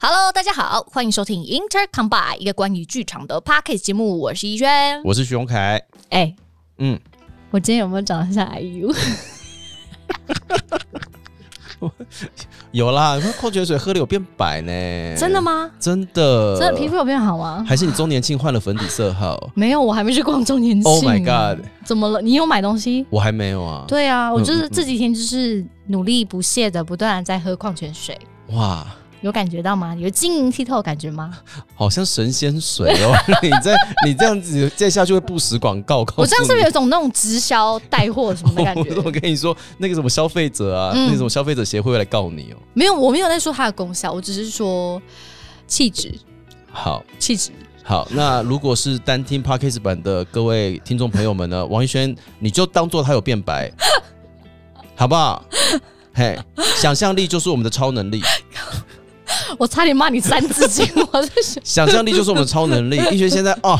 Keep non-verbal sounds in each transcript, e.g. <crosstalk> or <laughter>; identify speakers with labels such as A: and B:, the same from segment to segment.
A: Hello，大家好，欢迎收听 Inter Combine 一个关于剧场的 Pocket 节目，我是怡轩。
B: 我是徐荣凯。
A: 哎、
B: 嗯，
A: 我今天有没有长得像 IU？
B: 有啦，矿泉水喝了有变白呢。
A: <laughs> <laughs> 真的？吗？
B: 真的。
A: 呃真的皮肤？有变好吗？？
B: 还是你周年庆换了粉底色号
A: 没有，我还没去逛周年庆。
B: Oh my god
A: 怎么了？你有买东西？
B: 我还没有啊。
A: 对啊，我就是
B: 嗯嗯
A: 这几天就是努力不懈的不断地在喝矿泉水，
B: 哇，
A: 有感觉到吗？有晶莹剔透的感觉吗？
B: 好像神仙水哦！ <laughs> 你这你这样子再下去会不实广告。
A: 我这样是不是
B: 告
A: 有种那种直销带货什么
B: 诉
A: 的 <laughs>
B: 你
A: 感觉
B: <laughs> 我？我跟你说，那个什么消费者啊，
A: 嗯
B: 那个什么消费者协会会来告你哦。
A: 没有，我没有在说它的功效，我只是说气质，
B: 好
A: 气质。
B: 好，那如果是单听 Parkes 版的各位听众朋友们呢，王 <laughs> 一轩你就当做他有变白，好不好？ <laughs> 嘿，想象力就是我们的超
A: <laughs>
B: 能力。
A: 我差点骂你三字 <laughs> 经，我在想，
B: 想象力就是我们的超能力。一轩现在哦，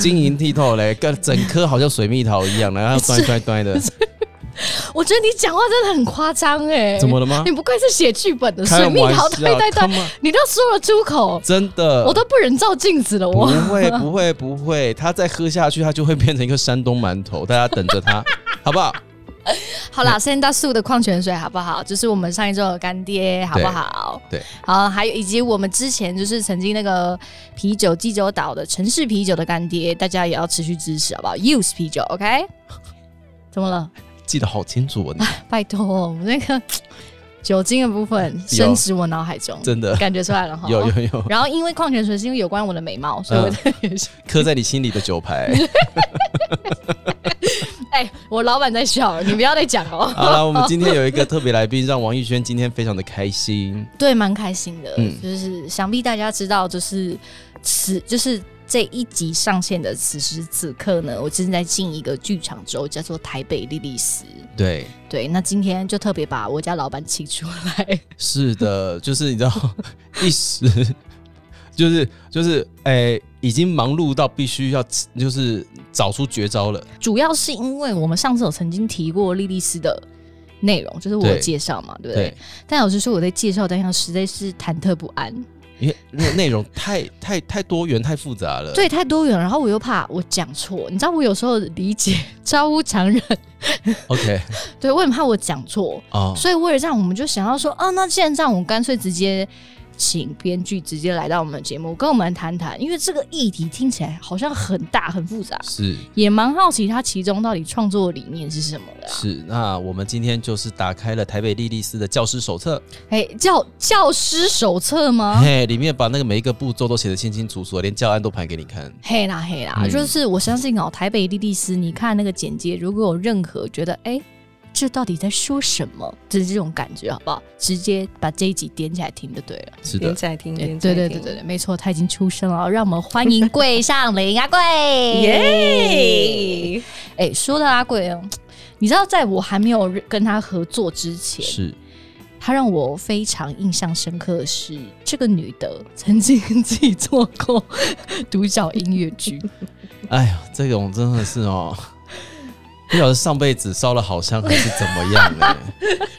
B: 晶莹剔透嘞，跟整颗好像水蜜桃一样，然后端端
A: <laughs>
B: 端的，
A: 我觉得你讲话真的很夸张哎，
B: 怎么了吗
A: 你？不愧是写剧本的，水
B: 开
A: 蜜
B: 玩
A: 桃
B: 笑
A: 对对对，
B: ，come on，
A: 你都说了出口，
B: 真的，
A: 我都不忍照镜子了，
B: 不
A: 我。
B: 会不会不会，他再喝下去，他就会变成一个山东馒头，大家等着他，好不好？
A: 好啦，三大素的矿泉水好不好？就是我们上一周的干爹，好不好？
B: 对对
A: 好，还有以及我们之前就是曾经那个啤酒济州岛的城市啤酒的干爹，大家也要持续支持，好不好？Use 啤酒，OK？怎么了？
B: 记得好清楚哦，你
A: 拜托，我们那个酒精的部分深植我脑海中，<laughs>
B: 真的
A: 感觉出来了哈。
B: 有有有
A: 然后因为矿泉水是因为有关我的美
B: 嗯
A: 貌，所以我在也
B: <laughs>
A: 是。
B: 刻在你心里的酒
A: <laughs>
B: 牌。
A: 哎、我老板在笑了，你不要再讲哦。
B: 好了，我们今天有一个特别来宾，让王艺轩今天非常的开心。
A: 对，蛮开心的，
B: 嗯
A: 就是想必大家知道，就是此就是这一集上线的此时此刻呢，我正在进一个剧场周，叫做台北莉莉丝。
B: 对，
A: 对，那今天就特别把我家老板请出来，
B: 是的， <laughs> 就是你知道，一时就是就是哎、已经忙碌到必须要就是找出绝招了。
A: 主要是因为我们上次有曾经提过莉莉丝的内容，就是我有
B: 对
A: 介绍嘛，对不对？
B: 对，
A: 但老实说，我在介绍当下实在是忐忑不安，
B: 因为那个内容太太太多元、太复杂了。，
A: 对，太多元了，然后我又怕我讲错，你知道我有时候理解 <laughs> 超乎常人，
B: ，OK，
A: 对我很怕我讲错，
B: 哦，
A: 所以为了这样，我们就想要说，啊，那既然这样，我们干脆直接请编剧直接来到我们的节目，跟我们谈谈，因为这个议题听起来好像很大很复杂，
B: 是
A: 也蛮好奇他其中到底创作理念是什么的、啊。
B: 是。那我们今天就是打开了台北莉莉丝的教师手册，
A: 哎、教教师手册吗？
B: 嘿，里面把那个每一个步骤都写得清清楚楚，连教案都盘给你看。
A: 嘿啦嘿啦，
B: 嗯
A: 就是我相信哦，台北莉莉丝，你看那个简介，如果有任何觉得哎、这到底在说什么？就是这种感觉，好不好？直接把这一集点起来听就对了。
B: 是
C: 连
B: 的，
C: 载听，
A: 对
C: 连载
A: 哎对
C: 听，
A: 对对对，对没错，他已经出生了，让我们欢迎桂上林阿桂。
C: 耶！
A: 哎、说到阿贵哦，你知道，在我还没有跟他合作之前，
B: 是
A: 他让我非常印象深刻的是，这个女的曾经自己做过 <laughs> 独角音乐剧，
B: 哎呀，这种真的是哦， <laughs> 不晓得上辈子烧了好香还是怎么样欸
A: <laughs>
B: 呢、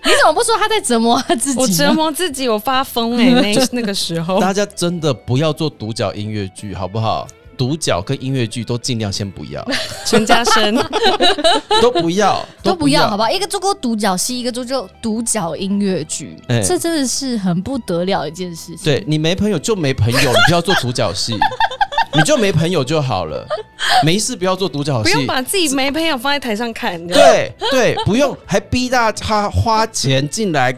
A: 你怎么不说她在折磨她自己？
C: 我折。磨自己，我发疯哎、那那个时
A: 哦
C: 候，
B: <laughs> 大家真的不要做独角音乐剧，好不好？独角跟音乐剧都尽量先不
A: <laughs>
B: 要，
C: 陈嘉生，
B: 都不要，
A: 都不要，好不好？一个做过独角戏，一个做做独角音乐剧，
B: 哎
A: 这真的是很不得了一件事情。
B: 对你没朋友就没朋友，你不要做独
A: <laughs>
B: 角戏，你就没朋友就好了，没事不要做独角
C: 不
B: 戏
C: 用。把自己没朋友放在台上看，你知道吗
B: 对对，不用，还逼大家花钱进来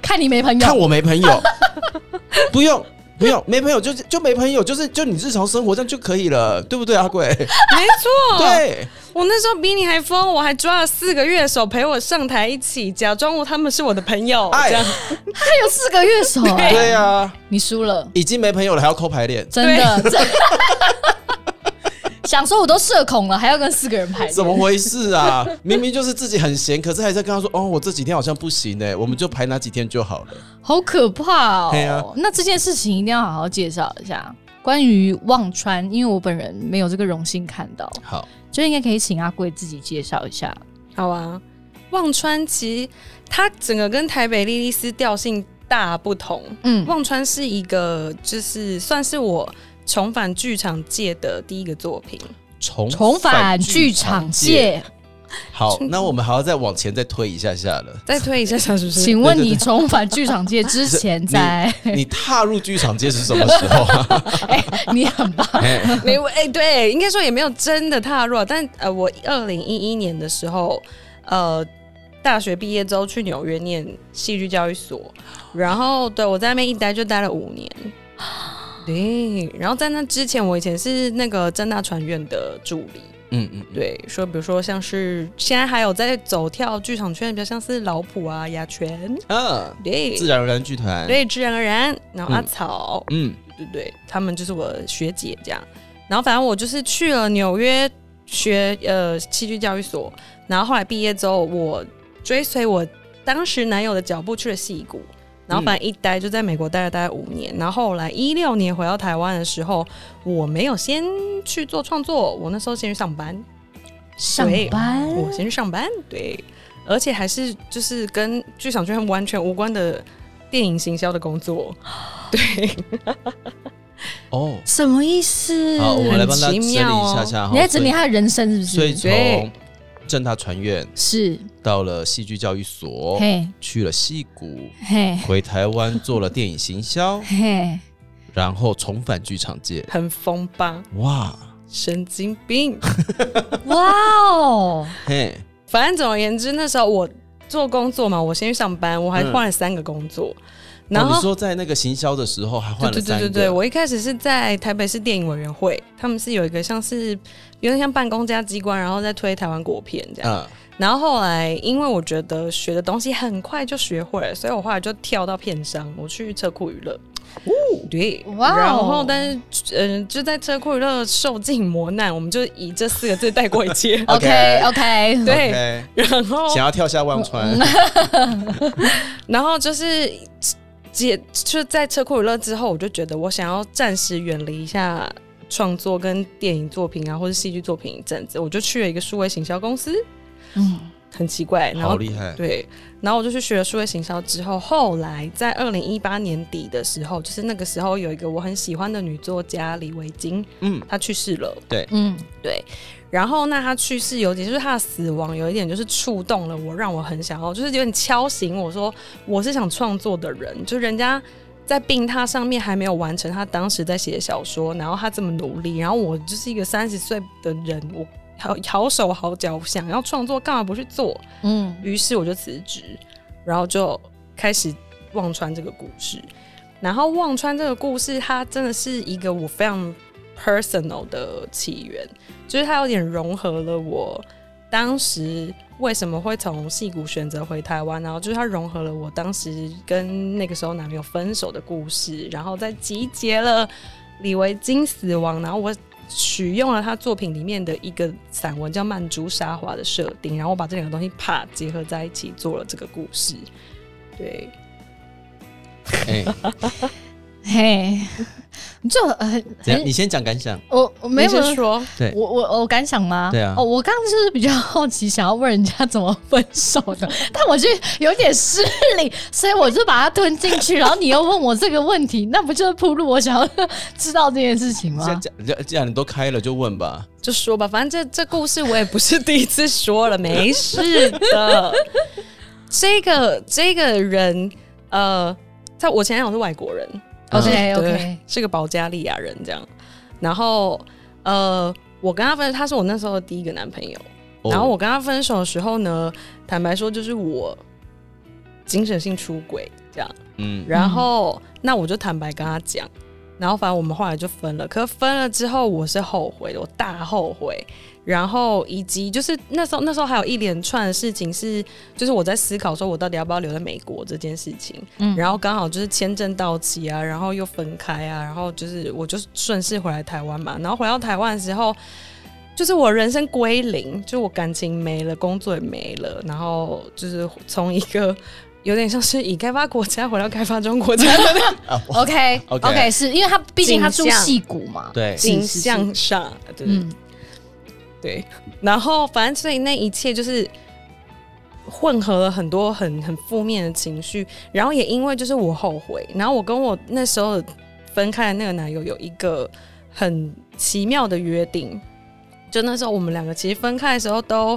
A: 看你没朋友，
B: 看我没朋友，
A: <laughs>
B: 不用不用，没朋友就是就没朋友，就是就你日常生活这样就可以了，对不对，阿贵？
C: 没
A: 哦
C: 错，
B: 对，
C: 我那时候比你还疯，我还抓了四个乐手陪我上台一起，假装我他们是我的朋
A: 哦
C: 友，
B: 哎
C: 这样
A: 他有四个乐手、哎
B: <laughs> 对啊，
A: 你输了。
B: 已经没朋友了还要抠排
A: <laughs>
B: 练，
A: 真的，真想说我都社恐了，还要跟四个人排
B: 怎么回事啊？明明就是自己很闲，可是还在跟他说，哦，我这几天好像不行呢、我们就排哪几天就好了。
A: 好可怕
B: 对啊
A: 哦！那这件事情一定要好好介绍一下。关于忘川，因为我本人没有这个荣幸看到，
B: 好，
A: 就应该可以请阿贵自己介绍一下。
C: 好啊。忘川其实它整个跟台北莉莉丝调性。大不同。
A: 嗯
C: 忘川是一个，就是算是我重返剧场界的第一个作品。
B: 重
A: 重返剧
B: 场
A: 场。界，
B: 好，那我们还要再往前再推一下下
A: <laughs>
B: 了。
C: 再推一下小主持人，
A: 请问你重返剧场界之前在，
B: 你踏入剧场界是什么时候
A: <laughs>
B: 啊？
A: 哎，你很棒，
B: 哎
C: 没哎、对，应该说也没有真的踏入啊，但呃，我二零一一年的时候，呃，大学毕业之后去纽约念戏剧教育所，然后对我在那边一待就待了五年。对，然后在那之前，我以前是那个正大传院的助理。
B: 嗯嗯，嗯，
C: 对，说比如说像是现在还有在走跳剧场圈，比较像是老普啊、雅泉，
B: 啊，
C: 对，
B: 自然而然剧团。
C: 对，自然而然，然后阿
B: 嗯
C: 草，
B: 嗯，
C: 对对对，他们就是我的学呃姐这样。然后反正我就是去了纽约学呃戏剧教育所，然后后来毕业之后，我追随我当时男友的脚步去了戏谷，然后反正一待就在美国待了大概五年。然后后来一六年回到台湾的时候，我没有先去做创作，我那时候先去上班，
A: 上班
C: 我先去上班，对，而且还是就是跟剧场圈完全无关的电影行销的工作，对。
B: 哦，
A: 什么意思？
B: 好，我们来帮大家
C: 很
B: 整理
C: 奇哦
B: 一
C: 妙哦
B: 下下哈。
A: 你在整理他的人生是不
B: 所以
A: 是？
B: 所以从
C: 对
B: 正大传院
A: 是，
B: 到了戏剧教育所，
A: 嘿，
B: 去了戏谷，
A: 嘿，，
B: 回台湾做了电影行销
A: 嘿，
B: 然后重返剧场界。
C: 很疯吧，
B: 哇，
C: 神经病。
A: 哇哦，
B: 嘿，
C: 反正总而言之，那时候我做工作嘛，我先去上班，我还
B: 嗯
C: 换了三个工作，然
B: 然后、哦
C: 后
B: 你。说在那个行销的时候还
C: 对
B: 换了
C: 对对
B: 三个，
C: 对对，我一开始是在台北市电影委员会，他们是有一个像是有点像办公家机关，然后在推台湾国片这样。
B: 嗯
C: 然后后来因为我觉得学的东西很快就学会了，所以我后来就跳到片商，我去车库娱乐。对，
A: 哇哦。
C: 然后但是嗯、呃就在车库娱乐受尽磨难，我们就以这四个字带过一切
A: ，OK
B: <laughs>
A: OK，
C: 对
B: OK，
C: 然后嗯
B: 想要跳下忘川，
C: 然后就是解，就在车库娱乐之后，我就觉得我想要暂时远离一下创作跟电影作品啊，或者戏剧作品一阵子，我就去了一个数位行销公司，
A: 嗯，
C: 很奇怪。然
B: 好
C: 后
B: 厉害。
C: 对，然后我就去学了数位行销之后，后来在二零一八年底的时候，就是那个时候有一个我很喜欢的女作家李维京，
B: 嗯，
C: 她去世了。
A: 嗯，
C: 对，然后那他去世有点就是他的死亡有一点就是触动了我，让我很想要，就是有点敲醒我说我是想创作的人，就人家在病榻上面还没有完成他当时在写的小说，然后他这么努力，然后我就是一个三十岁的人，我好好手好脚想要创作，干嘛不去做？
A: 嗯，
C: 于是我就辞职，然后就开始忘川这个故事。然后忘川这个故事，它真的是一个我非常 personal 的起源，就是它有点融合了我当时为什么会从戏谷选择回台湾，然后就是它融合了我当时跟那个时候男朋友分手的故事，然后再集结了李维京死亡，然后我取用了他作品里面的一个散文叫《曼珠沙华》的设定，然后我把这两个东西啪结合在一起做了这个故事。对， <laughs>
B: 哎，
A: 嘿，就呃，
B: 怎样？你先讲感想。
A: 我我没有
C: 你先说，
B: 对
A: 我我我敢想吗？
B: 对啊
A: 哦，我刚刚就是比较好奇，想要问人家怎么分手的，但我就有点失礼，所以我就把它吞进去。然后你又问我这个问题，那不就是铺路我想要 <laughs> 知道这件事情吗？
B: 先讲，既既然你都开了，就问吧。
C: 就说吧，反正这这故事我也不是第一次说了，没事的。这个这个人，呃，他我前男友是外国人
A: OK，OK
C: 嗯对是个保加利亚人这样。然后呃，我跟他分，他是我那时候的第一个男朋友。
B: 哦
C: 然后我跟他分手的时候呢，坦白说就是我精神性出轨这样。
B: 嗯
C: 然后、那我就坦白跟他讲，然后反正我们后来就分了。可分了之后，我是后悔的，我大后悔。然后以及就是那时候，那时候还有一连串的事情是，就是我在思考说我到底要不要留在美国这件事情。
A: 嗯
C: 然后刚好就是签证到期啊，然后又分开啊，然后就是我就顺势回来台湾嘛。然后回到台湾的时候，就是我人生归零，就我感情没了，工作也没了，然后就是从一个有点像是以开发国家回到开发中国家的
B: 啊，我
A: OK
B: OK
A: 是因为他毕竟他住
C: 景象
A: 戏谷嘛，
B: 对
A: 是
C: 景
A: 是是
C: 象上，对对
A: 嗯
C: 对。然后反正所以那一切就是混合了很多很很负面的情绪，然后也因为就是我后悔，然后我跟我那时候分开的那个男友有一个很奇妙的约定，就那时候我们两个其实分开的时候都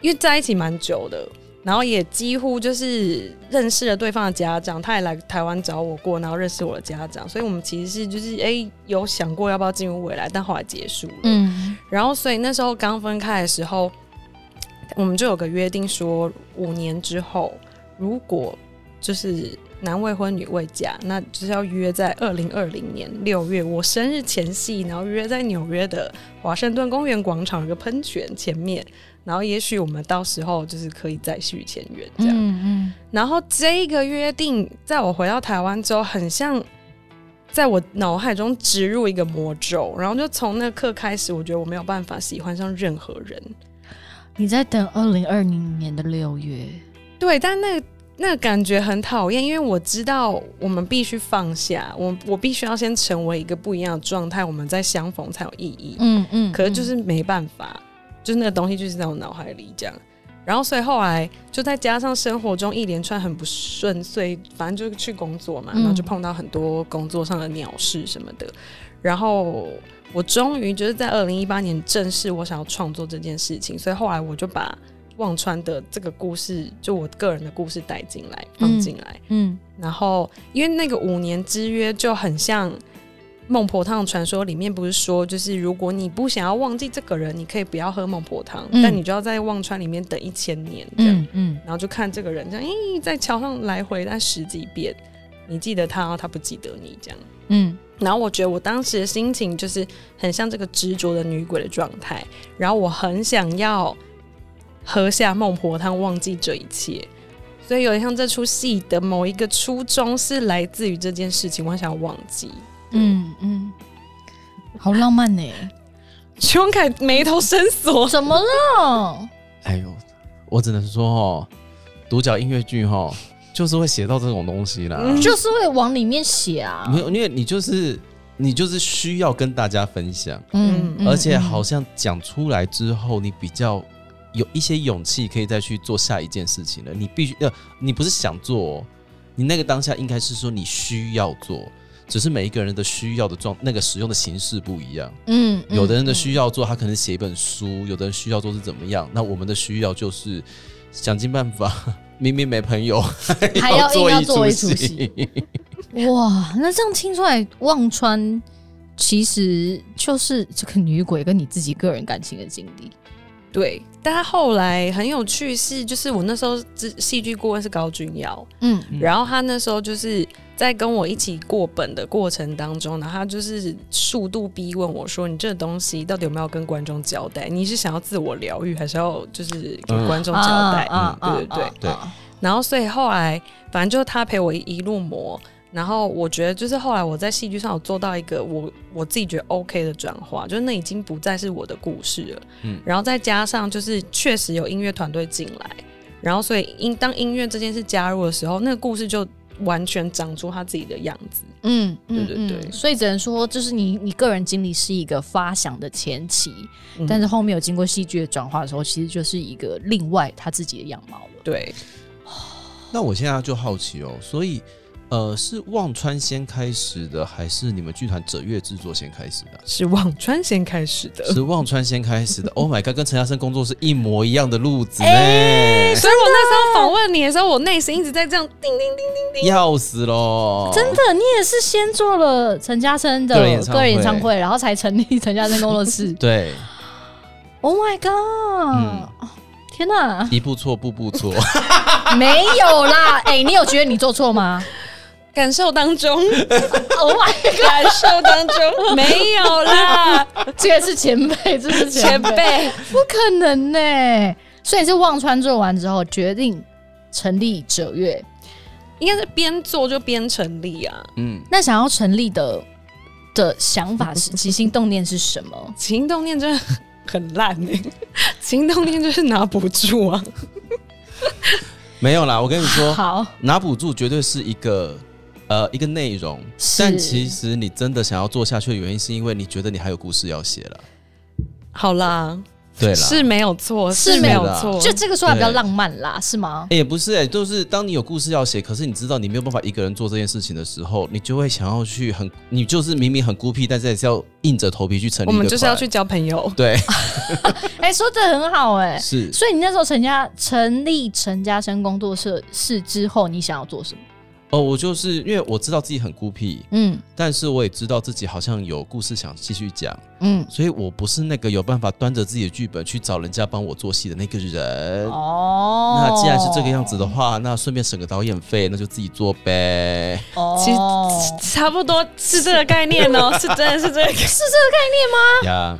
C: 因为在一起蛮久的，然后也几乎就是认识了对方的家长，他也来台湾找我过，然后认识我的家长，所以我们其实是就是哎、有想过要不要进入未来，但后来结束了。
A: 嗯，
C: 然后所以那时候刚分开的时候，我们就有个约定说，五年之后如果就是男未婚女未嫁，那就是要约在二零二零年六月我生日前夕，然后约在纽约的华盛顿公园广场有个喷泉前面，然后也许我们到时候就是可以再续前缘这样。
A: 嗯
C: 然后这个约定，在我回到台湾之后，很像在我脑海中植入一个魔咒，然后就从那刻开始，我觉得我没有办法喜欢上任何人。
A: 嗯，你在等二零二零年的六月，
C: 对，但那那感觉很讨厌，因为我知道我们必须放下，我我必须要先成为一个不一样的状态，我们再相逢才有意义。
A: 嗯嗯
C: 可是就是没办法，就是那个东西就是在我脑海里这样。然后所以后来就再加上生活中一连串很不顺遂，反正就去工作嘛，
A: 嗯
C: 然后就碰到很多工作上的鸟事什么的。然后我终于就是在二零一八年正式我想要创作这件事情，所以后来我就把忘川的这个故事，就我个人的故事带进来放进来。
A: 嗯
C: 然后因为那个五年之约就很像《孟婆汤的传说》里面不是说，就是如果你不想要忘记这个人，你可以不要喝孟婆汤，
A: 嗯
C: 但你就要在忘川里面等一千年这样。
A: 嗯嗯，
C: 然后就看这个人这样，咦，在桥上来回但十几遍，你记得他，哦然后他不记得你这样。
A: 嗯
C: 然后我觉得我当时的心情就是很像这个执着的女鬼的状态，然后我很想要喝下孟婆汤，忘记这一切。所以有点像这出戏的某一个初衷是来自于这件事情，我很想忘记。
A: 嗯嗯，好浪漫呢、
C: 徐宏凯眉头深锁，
A: 怎么了？
B: 哎呦，我只能说哦，独角音乐剧哦，就是会写到这种东西啦。
C: 嗯
A: 就是会往里面写啊，
B: 没有，因为你就是你就是需要跟大家分享，
C: 嗯
B: 而且好像讲出来之后，你比较有一些勇气，可以再去做下一件事情了。你必须呃，你不是想做、哦，你那个当下应该是说你需要做，只是每一个人的需要的状那个使用的形式不一样。
A: 嗯
B: 有的人的需要做，他可能写一本书；有的人需要做是怎么样？那我们的需要就是想尽办法，明明没朋友，
A: 还要硬
B: 做
A: 要
B: 一
A: 做一出
B: 出
A: 戏。哇，那这样听出来，忘川其实就是这个女鬼跟你自己个人感情的经历。
C: 对。但他后来很有趣是，就是我那时候之戏剧顾问是高君瑶，
A: 嗯
B: 嗯
C: 然后他那时候就是在跟我一起过本的过程当中，然后他就是数度逼问我说：“你这东西到底有没有跟观众交代？你是想要自我疗愈，还是要就是给观众交代？”
A: 啊
C: 嗯对对对。
B: 对
C: 然后所以后来，反正就是他陪我一一路磨。然后我觉得，就是后来我在戏剧上有做到一个我我自己觉得 OK 的转化，就是那已经不再是我的故事了。
B: 嗯
C: 然后再加上就是确实有音乐团队进来，然后所以音当音乐这件事加入的时候，那个故事就完全长出他自己的样子。
A: 嗯，
C: 对
A: 嗯
C: 对
A: 嗯
C: 对
A: 所以只能说，就是你你个人经历是一个发想的前期，
C: 嗯
A: 但是后面有经过戏剧的转化的时候，其实就是一个另外他自己的样貌了。
C: 对，
B: <laughs> 那我现在就好奇哦，所以呃，是忘川先开始的，还是你们剧团折月制作先开始的啊？
C: 是忘川先开始的。
B: 是忘川先开始的。Oh my god，跟陈嘉生工作是一模一样的路子呢，
C: <laughs>
A: 哎
C: 所以我那时候访问你的时候，我内心一直在这样叮叮叮叮叮。
B: 要死喽！
A: 真的，你也是先做了陈嘉生的
B: 个人演唱会。
A: 个人演唱会，然后才成立陈嘉生工作室嗯
B: 对，
A: <laughs> Oh my god！、天哪，
B: 一步错，步步
A: <laughs>
B: 错。
A: 没有啦！ <laughs> 哎、你有觉得你做错吗
C: 感受当 <laughs> 中，
A: ？Oh my，
C: 感受当中没有啦，
A: <laughs> 这个是前辈，这是前
C: 前
A: 辈，
C: 辈。
A: 不可能呢、所以是忘川做完之后决定成立者月，
C: 应该是边做就边成立啊，
B: 嗯，
A: 那想要成立的的想法是起心动念是什么？
C: 起心动念真的很烂哎、起心动念就是拿不住啊。
B: 没有啦，我跟你说，
A: 好，
B: 拿补助绝对是一个呃一个内容，
A: 是
B: 但其实你真的想要做下去的原因，是因为你觉得你还有故事要写了。
C: 好啦，
B: 对啦，
C: 是没有错，
A: 是
C: 没有
B: 没有
C: 错，
A: 就这个说法比较
B: 对
A: 浪漫啦，是吗？
B: 哎也、不是哎、就是当你有故事要写，可是你知道你没有办法一个人做这件事情的时候，你就会想要去很，你就是明明很孤僻，但是还是要硬着头皮去成立
C: 我
B: 一个团。
C: 们就是要去交朋友。
B: 对，
A: 哎、说的很好哎、
B: 是
A: 所以你那时候成家成立陈家生工作室室之后，你想要做什么？
B: 哦，我就是因为我知道自己很孤僻，
A: 嗯
B: 但是我也知道自己好像有故事想继续讲，
A: 嗯，
B: 所以我不是那个有办法端着自己的剧本去找人家帮我做戏的那个人。
A: 哦
B: 那既然是这个样子的话，那顺便省个导演费，那就自己做呗。
C: 其实
A: 哦，
C: 差不多是这个概念哦，是真的是这个，
A: 是这个概
B: 呀，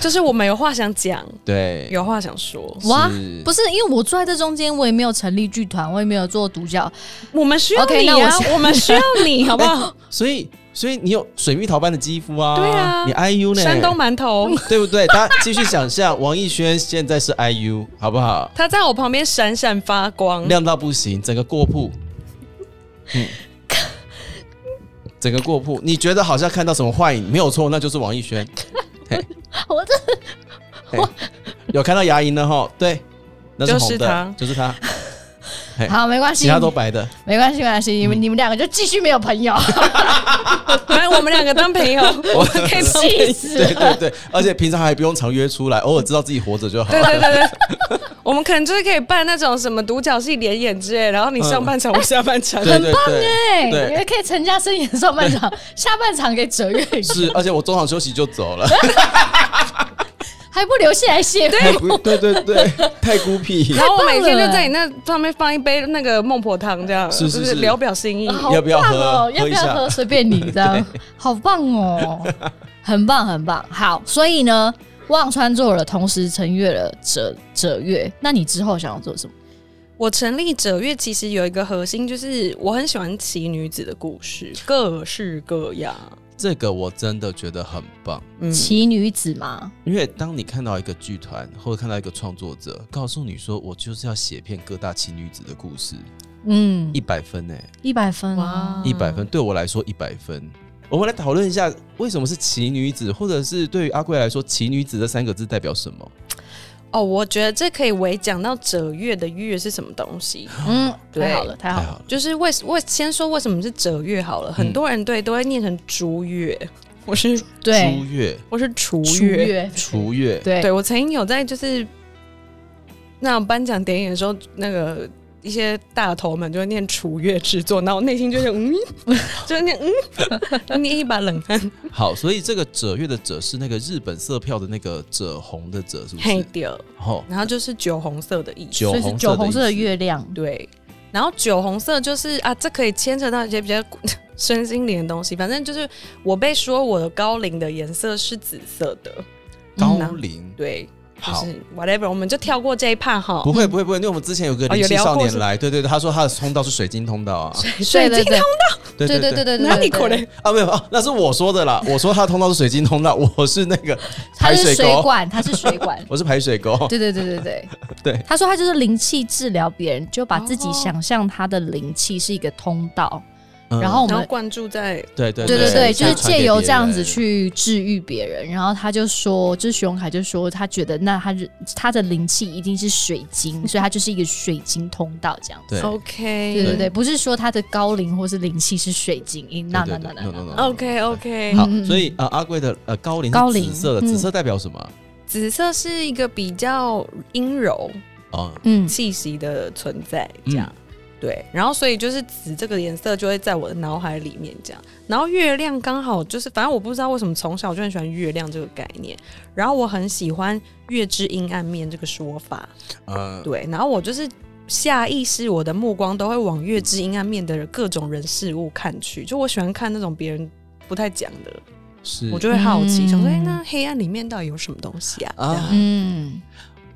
C: 就是我们有话想讲，
B: 对，
C: 有话想说，
A: 哇
B: 是，
A: 不是因为我坐在这中间，我也没有成立剧团，我也没有做独角，
C: 我们需要
A: OK，
C: 你
A: 那我
C: 啊，
A: 先
C: 我们需要
A: <laughs>
C: 你，好不好？
B: 所以所以你有水蜜桃般的肌肤啊，
C: 对啊
B: 你 IU
A: 哎
B: 呢？
C: 山东馒
A: 嗯
C: 头，
B: 对不对？大家继续想象，王艺轩现在是 IU，好不好？
C: 他在我旁边闪闪发光，
B: 亮到不行，整个过曝，嗯，整个过曝，你觉得好像看到什么坏影？没有错，那就是王艺轩。
A: 我这
B: 有看到牙龈的哈，对，那是红的，就是他，嘿
A: 好没关系，
B: 其他都白的。
A: 没关系，没关系，你们、你们两个就继续没有 <laughs> 朋友，
C: 来哎我们两个当朋友，我们可以当朋
A: 气
C: 友。
A: 死
B: 对
A: 了。
B: 对对，而且平常还不用常约出来，偶尔知道自己活着就好
C: 对
B: 了。
C: 对对对，我们可能就是可以办那种什么独角戏联演之类，然后你上半
B: 哎
C: <laughs> 场，我下半场，
B: 嗯对对对，
A: 对，
B: 对
A: 你们可以陈嘉生演上半场，下半场给哲月，
C: 欸
B: 是，而且我中场休息就走了。
A: 还不留下来谢
B: 太孤对对
C: <laughs>
B: 对，太孤僻。
C: 然后我每天就在你那上面放一杯那个孟婆汤，这样
B: 是是
C: 就是聊表心意。
A: 啊好
B: 要不要
A: 棒
B: 喝
A: 哦？要
B: 喝
A: 不
B: 一
A: 要
B: 下
A: 喝？随便你这样，好棒哦，很棒很棒。好，所以呢，忘川做了，同时成月了者者月，那你之后想要做什么？
C: 我成立者月其实有一个核心，就是我很喜欢奇女子的故事，各式各样。
B: 这个我真的觉得很棒，
C: 嗯，
A: 奇女子嘛，
B: 因为当你看到一个剧团或者看到一个创作者，告诉你说我就是要写遍各大奇女子的故事，
A: 嗯
B: 一，百分呢、欸
A: 一百分啊
C: 哇
A: 哇，
B: 一
C: 嗯
B: 百分，对我来说一百分。我们来讨论一下，为什么是奇女子，或者是对于阿贵来说，奇女子这三个字代表什么？
C: 哦，我觉得这可以为讲到者月的月是什么东西，
A: 嗯，
C: 对
A: 太好了，太
C: 啊
A: 好
B: 太好
A: 了，
B: 了，
C: 就是为我先说为什么是者月好了，很多人对都会念成逐月，我是
B: 朱
A: 对，
B: 月、
C: 我是除
A: 楚
C: 月，
A: 月，
B: 楚月，
A: 对
C: 对我曾经有在就是那种颁奖典礼的时候，那个一些大头们就会念楚月之作，然后我内心就是嗯，就是念嗯，捏一把冷汗，
B: 好，所以这个者月的者是那个日本色票的那个者红的者，是不
C: 嘿
B: 是？
C: 掉，
B: 哦，
C: 然后就是酒红色的意思，
B: 酒
A: 所以是
B: 红
A: 酒红色的
B: 意思，
A: 月亮，
C: 对，然后酒红色就是啊，这可以牵扯到一些比较身心灵的东西，反正就是我被说我的高龄的颜色是紫色的，
A: 嗯
B: 高
A: 啊
B: 龄。
C: 对，就
B: 好
C: 是 whatever，我们就跳过这一趴哈 <laughs>
B: 不。会不会不会，因为我们之前有个
C: 哦
B: 灵
C: 有
B: 气
C: 聊
B: 少
C: 过
B: 年
C: 是
B: 来，对对对，他说他的通道是水晶通道啊，
A: 对对
C: 水
A: 对
B: 对
C: 晶
A: 对
B: 对
A: 对对对，
C: 哪里
A: 对
C: 可能？
B: 啊没有啊，那是我说的啦，我说他的通道是水晶通道，我是那个
A: 它
B: 排
A: 是
B: 水
A: 水
B: 沟，。
A: 管，它是水管
B: 我是排水沟，
A: 对对对对对
B: <laughs> 对
A: 他说他就是灵气治疗别人，就把自己
C: 哦
A: 想象他的灵气是一个通道，
B: 嗯
A: 然后我
C: 然后
A: 们
C: 灌注在
B: 对对
A: 对对对，就
B: 想
A: 是
B: 传给
A: 借由
B: 别
A: 这样
B: 人
A: 子去治愈别人。然后他就说，就是徐荣凯就说，他觉得那他是他的灵气一定是水
B: <laughs>
A: 晶，所以他就是一个水晶通道这样子。
B: 对
C: OK，
A: 对对对，不是说他的高龄或是灵气是水晶，因那那那那
B: no no
A: 那
B: no, no
C: OK OK，
B: 好
A: 嗯嗯，
B: 所以呃，阿贵的呃高龄
A: 高
B: 是
A: 龄
B: 紫色的，
A: 嗯
B: 紫色代表什么？
C: 紫色是一个比较阴柔
B: 哦，
A: 嗯，
C: 气息的存在，这样、对。然后所以就是紫这个颜色就会在我的脑海里面这样。然后月亮刚好就是，反正我不知道为什么从小就很喜欢月亮这个概念，然后我很喜欢月之阴暗面这个说法，
B: 呃，
C: 对。然后我就是。下意识，我的目光都会往月之阴暗面的各种人事物看去，就我喜欢看那种别人不太讲的，
B: 是
C: 我就会好奇，
A: 嗯
C: 想说，哎、那黑暗里面到底有什么东西啊？
B: 啊
C: 这样
A: 嗯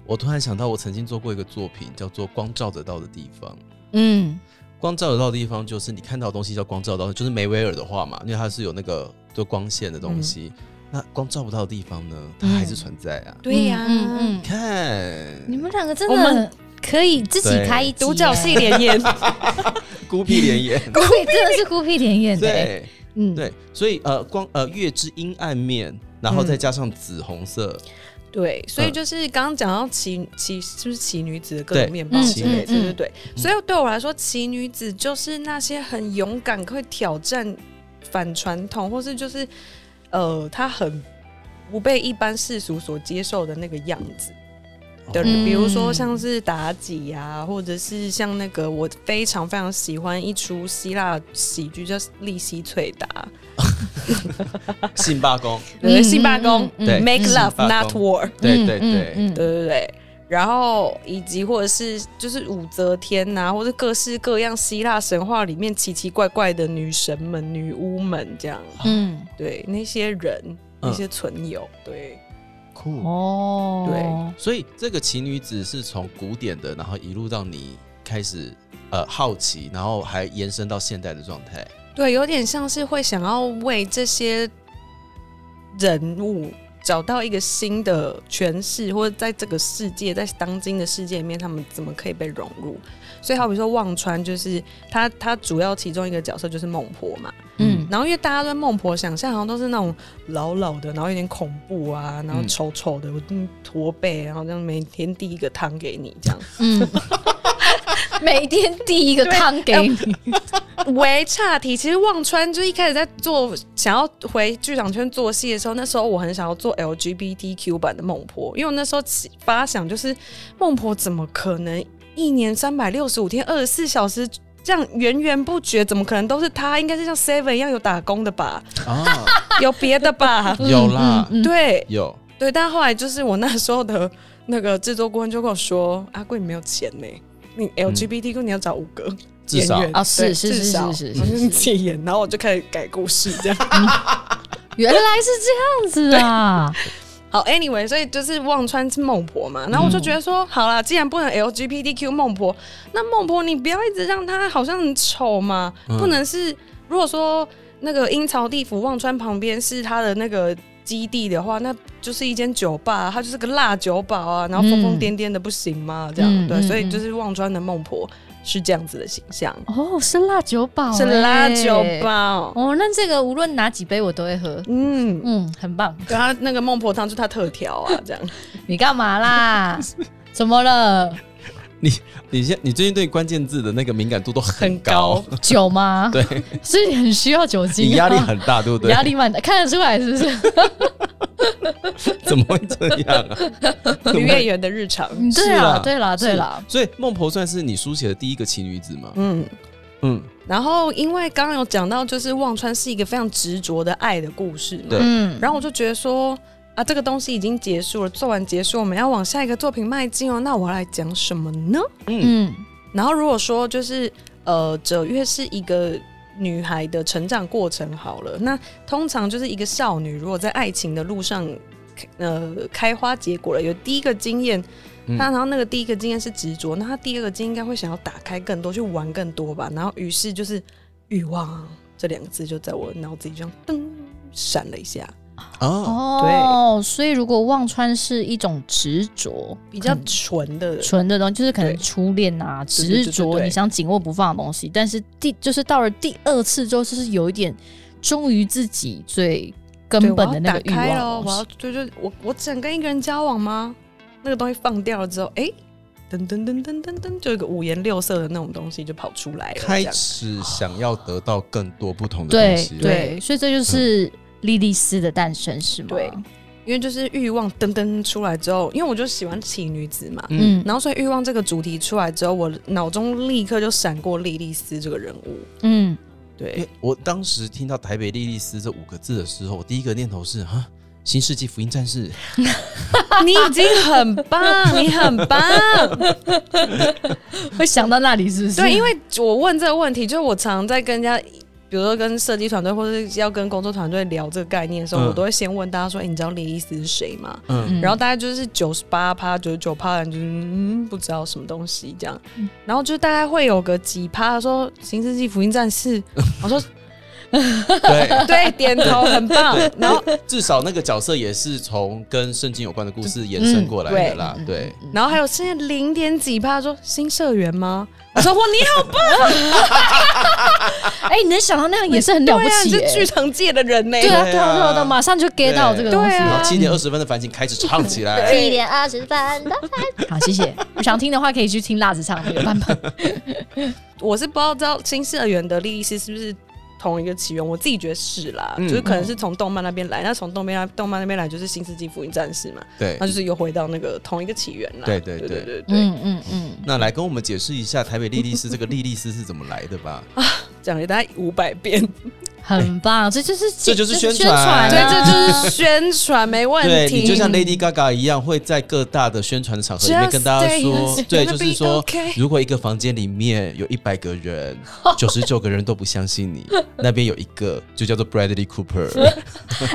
B: 我突然想到，我曾经做过一个作品，叫做《光照得到的地方》。
A: 嗯
B: 光照得到的地方，就是你看到的东西叫光照得到，就是梅威尔的话嘛，因为它是有那个就光线的
A: 嗯
B: 东西。那光照不到的地方呢，它还是存在啊。
C: 对呀、
A: 嗯嗯嗯
B: 看，
A: 你们两个真
C: 我
A: 的
C: 们
A: 可以自己
B: 对
A: 开一集
C: 独角
A: 耶
C: 戏连演，
B: 孤僻
A: <laughs>
B: 连眼，
A: 孤僻真的是孤僻连眼的、欸，
B: 对
A: 嗯，嗯
B: 对，所以呃，光呃月之阴暗面，然后再加上紫红色，
C: <laughs> 对，所以
B: 嗯
C: 就是刚刚讲到奇奇，是不是奇女子的各
B: 对
C: 种面包
A: 嗯
C: 之类
A: 嗯
C: 的，对对对。所以对我来说，奇女子就是那些很勇敢、会挑战反传统，或是就是呃，她很不被一般世俗所接受的那个样子的
A: <laughs>
B: 哦
C: 人。
A: 嗯
C: 比如说像是妲己啊，或者是像那个我非常非常喜欢一出希腊喜剧叫《利西翠达》，
B: 性罢工，
C: 对，性罢工
A: 嗯
B: 对
C: ，Make
B: 性
C: Love
B: 罢
C: Not
B: 工
C: War。
B: 对对对，
A: 嗯嗯
C: 对对对。然后以及或者是就是武则天呐、或者各式各样希腊神话里面奇奇怪怪的女神们、女巫们这样，
A: 嗯
C: 对那些人、
B: 嗯
C: 那些存有，对
B: 酷。
A: 哦，
C: 对
B: 所以这个奇女子是从古典的，然后一路到你开始呃好奇，然后还延伸到现代的状态。
C: 对，有点像是会想要为这些人物找到一个新的诠释，或者在这个世界，在当今的世界里面，他们怎么可以被融入？所以，好比说忘川，就是他，他主要其中一个角色就是孟婆嘛，
A: 嗯
C: 然后因为大家对孟婆想象好像都是那种老老的，然后有点恐怖啊，然后
B: 嗯
C: 丑丑的，嗯，驼背，然后这样每天递一个汤给你这样。
A: 嗯， <laughs> 每天递一个汤给你，
C: 喂，岔题，其实忘川就一开始在做想要回剧场圈做戏的时候，那时候我很想要做 LGBTQ 版的孟婆，因为我那时候起发想就是孟婆怎么可能一年三百六十五天二十四小时这样源源不绝，怎么可能都是她？应该是像 Seven 一样有打工的吧，
B: 啊，？
C: 有别的吧
B: <laughs>
C: <laughs>
B: 有啦，
A: 嗯，
C: 对，
B: 有
C: 对，但后来就是我那时候的那个制作顾问就跟我说：“阿贵，你没有钱呢、你 LGBTQ 你要找五个
B: 嗯至少
C: 演员
A: 啊是
C: 对
A: 是
C: 至
A: 是
C: 少
A: 是是
C: 然后就是戒演，然后我就开始改故事这样。
A: 原来是这样子啊，
C: 好，anyway，所以就是忘川是孟婆嘛，然后我
A: 嗯
C: 就觉得说，好啦，既然不能 LGBTQ 孟婆，那孟婆你不要一直让她好像很丑嘛，
B: 嗯
C: 不能是如果说那个阴曹地府忘川旁边是她的那个。基地的话，那就是一间酒吧，它就是个辣酒吧啊，然后疯疯癫癫的，不行吗？这样、
A: 嗯
C: 对，
A: 嗯
C: 所以
A: 嗯
C: 就是忘川的孟婆是这样子的形象，
A: 哦，是辣酒堡、
C: 是辣酒
A: 堡。
C: 吧？
A: 哦，那这个无论哪几杯我都会喝，
C: 嗯，
A: 嗯，很棒。
C: 对，他那个孟婆汤就是他特调啊，
A: <laughs>
C: 这样。
A: 你干嘛啦？ <laughs> 怎么了？
B: 你现你最近对关键字的那个敏感度都很 <laughs> 高，
A: 酒吗？
B: 对，
A: 所以你很需要酒精、啊
B: 你压力，很大，对不对？
A: 压力蛮大，看得出来是不是？
B: <laughs> 怎么会这
A: <laughs>
B: 样啊？
C: 女演员的日常，
A: 嗯对
B: 是
A: 啦，
B: 啦
A: 对啦，对啦。
B: 所以孟婆算是你书写的第一个奇女子嘛？
C: 嗯。
B: 嗯，
C: 然后，因为刚刚有讲到，就是忘川是一个非常执着的爱的故事嘛。
B: 对
A: 嗯，
C: 然后我就觉得说，啊，这个东西已经结束了，做完结束，我们要往下一个作品迈进哦。那我要来讲什么呢？
A: 嗯
C: 然后，如果说就是呃，者月是一个女孩的成长过程好了，那通常就是一个少女如果在爱情的路上，呃，开花结果了，有第一个经验，
B: 嗯
C: 那然后那个第一个经验是执着，那她第二个经验应该会想要打开更多，去玩更多吧。然后于是就是欲望啊这两个字就在我脑子里这样噔闪了一下，
B: 哦，
A: 哦，所以如果忘川是一种执着，
C: 比较
A: 嗯
C: 纯的，
A: 纯的东西，就是可能
C: 对
A: 初恋啊，
C: 对对
A: 执
C: 对
A: 着，
C: 对
A: 你想紧握不放的东西。但是第就是到了第二次之后，就是有一点忠于自己最
C: 对
A: 根
C: 我
A: 本
C: 要
A: 的那个
C: 打
A: 欲
C: 开咯
A: 望的
C: 我要
A: 东西。
C: 就就我我只想跟一个人交往吗？那个东西放掉了之后，哎、噔噔噔噔噔噔，就有一个五颜六色的那种东西就跑出来了。这
B: 开
C: 样
B: 始想要得到更多不同的东
A: 对
B: 西，
A: 对，所以这就是莉莉丝的诞生，是吗？
C: 对因为就是欲望噔噔出来之后，因为我就喜欢奇女子嘛，
B: 嗯，
C: 然后所以欲望这个主题出来之后，我脑中立刻就闪过莉莉丝这个人物。 <laughs>
A: 嗯，
B: 因
C: 对
B: 为，我当时听到“台北莉莉丝”这五个字的时候，我第一个念头是啊，《新世纪福音战士》
A: <laughs>
C: 你已经很棒，你很棒。
A: 会想到那里是不是？
C: 对，因为我问这个问题，就是我常在跟人家，比如说跟设计团队或者要跟工作团队聊这个概念的时候，
B: 嗯
C: 我都会先问大家说：“哎、你知道莉莉丝是谁吗？”
B: 嗯，
C: 然后大概就是九十八趴、九十九趴人就是嗯不知道什么东西这样，
A: 嗯
B: <laughs>
C: 然后就大概会有个几趴说《新世纪福音战士》，我说
B: 对，
C: 对，点头，很
B: <laughs>
C: 棒。然后，
B: 至少那个角色也是从跟圣经有关的故事延伸过来的啦。
A: 嗯
B: 对，
C: 然后还有现在零点几趴说新社员吗？我说哇，你好棒，
A: 哎、你能想到那 <laughs> 样也是很了不
C: 对啊，你
A: 起、
C: 是剧
A: 欸。
C: 场界的人呢、
A: 对啊，对
B: 对
A: 啊，
B: 啊
A: 对啊，对啊，马上就 get 到这个东西。
C: 对啊
B: 然后七点二十分的反省开始唱起来。
D: 七点二十分，
A: 哎 <laughs> 好，谢谢。想听的话可以去听辣子唱那个版本。
C: 我是不知道新社员的莉莉丝是不是同一个起源，我自己觉得是啦，
B: 嗯
C: 就是可能是从动漫那边来，那从动漫那动漫那边来就是《新世纪福音战士》嘛，
B: 对
C: 那，就是又回到那个同一个起源啦。
B: 对对
C: 对
B: 对
C: 对对对，
A: 嗯嗯嗯，
B: 那来跟我们解释一下台北莉莉丝这个莉莉丝是怎么来的吧？
C: 讲了大概五百遍，
A: 很棒，这就是
B: 这就是宣
A: 宣
B: 传
A: 啊
C: 对，这就是宣传，没问
B: 对
C: 题。
B: 你就像 Lady Gaga 一样，会在各大的宣传场合里面
C: Just
B: 跟大家说
C: say，it's
B: 对，
C: gonna
B: 就
C: be
B: 是说
C: okay，
B: 如果一个房间里面有一百个
A: <laughs>
B: 人，九十九个人都不相信你，那边有一个就叫做 Bradley Cooper，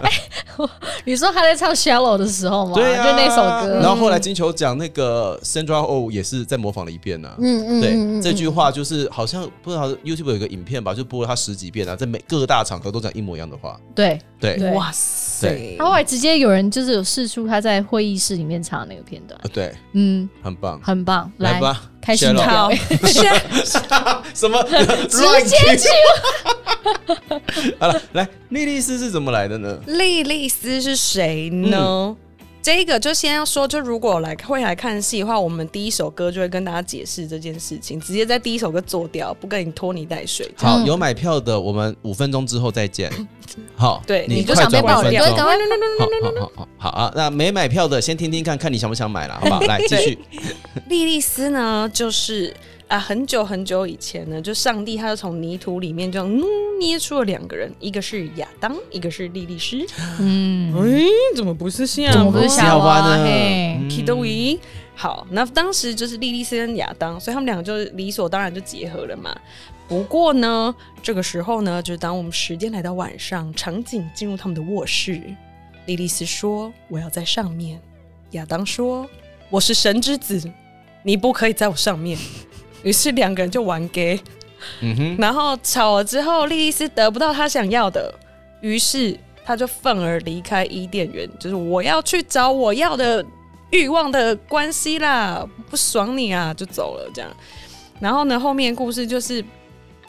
A: <laughs> 你说他在唱 Shallow 的时候吗？
B: <laughs> 对啊，
A: 就那首歌。
B: 然后后来金球奖那个 Sandra Oh 也是在模仿了一遍呢、啊。
A: 嗯
B: 对，这句话就是好像不知道 YouTube 有一个影片吧，就播了他十几遍啊，在每各大场合都讲一模一样的话。
A: 对，
B: 对，
A: 对
C: 哇塞
B: 对！
A: 他后来直接有人就是有试出他在会议室里面唱的那个片段
B: 呃，对，
A: 嗯，
B: 很棒，
A: 很棒，
B: 来吧，
A: 开心
B: Shallow
A: 跳
C: 好，
B: 什么
A: <laughs> 直
B: 乱
A: 接去
B: <laughs> 好了，来，莉莉丝是怎么来的呢？
C: 莉莉丝是谁呢？
B: 嗯
C: 这个就先要说，就如果来会来看戏的话，我们第一首歌就会跟大家解释这件事情，直接在第一首歌做掉，不跟你拖泥带水。
B: 好，
A: 嗯
B: 有买票的，我们五分钟之后再见。好，
C: 对
B: 你
C: 你
A: 就
B: 快
A: 想被
B: 转五
A: 爆
B: 分
A: 料，
B: 钟。
A: 你会赶
B: 好
A: 快
B: 好好好好啊！那没买票的先听听看看你想不想买了，好不好？
A: <laughs>
B: 来继续。
C: <laughs> 莉莉丝呢，就是啊，很久很久以前呢，就上帝他就从泥土里面就嗯捏出了两个人，一个是亚当，一个是莉莉丝。
A: 嗯，
C: 哎，怎么不是夏
A: 怎么
C: 娃
A: 不是夏
B: 夏娃
A: 娃
B: 呢
A: 嘿
B: 嗯
C: k i d o i 好，那当时就是莉莉丝跟亚当，所以他们两个就是理所当然就结合了嘛。不过呢，这个时候呢，就是当我们时间来到晚上，场景进入他们的卧室，莉莉丝说：“我要在上面。”亚当说：“我是神之子，你不可以在我上面。” <laughs> 于是两个人就玩 gay，
B: 嗯哼，
C: 然后吵了之后，莉莉丝得不到她想要的，于是她就愤而离开伊甸园，就是我要去找我要的欲望的关系啦，不爽你啊，就走了这样。然后呢，后面故事就是，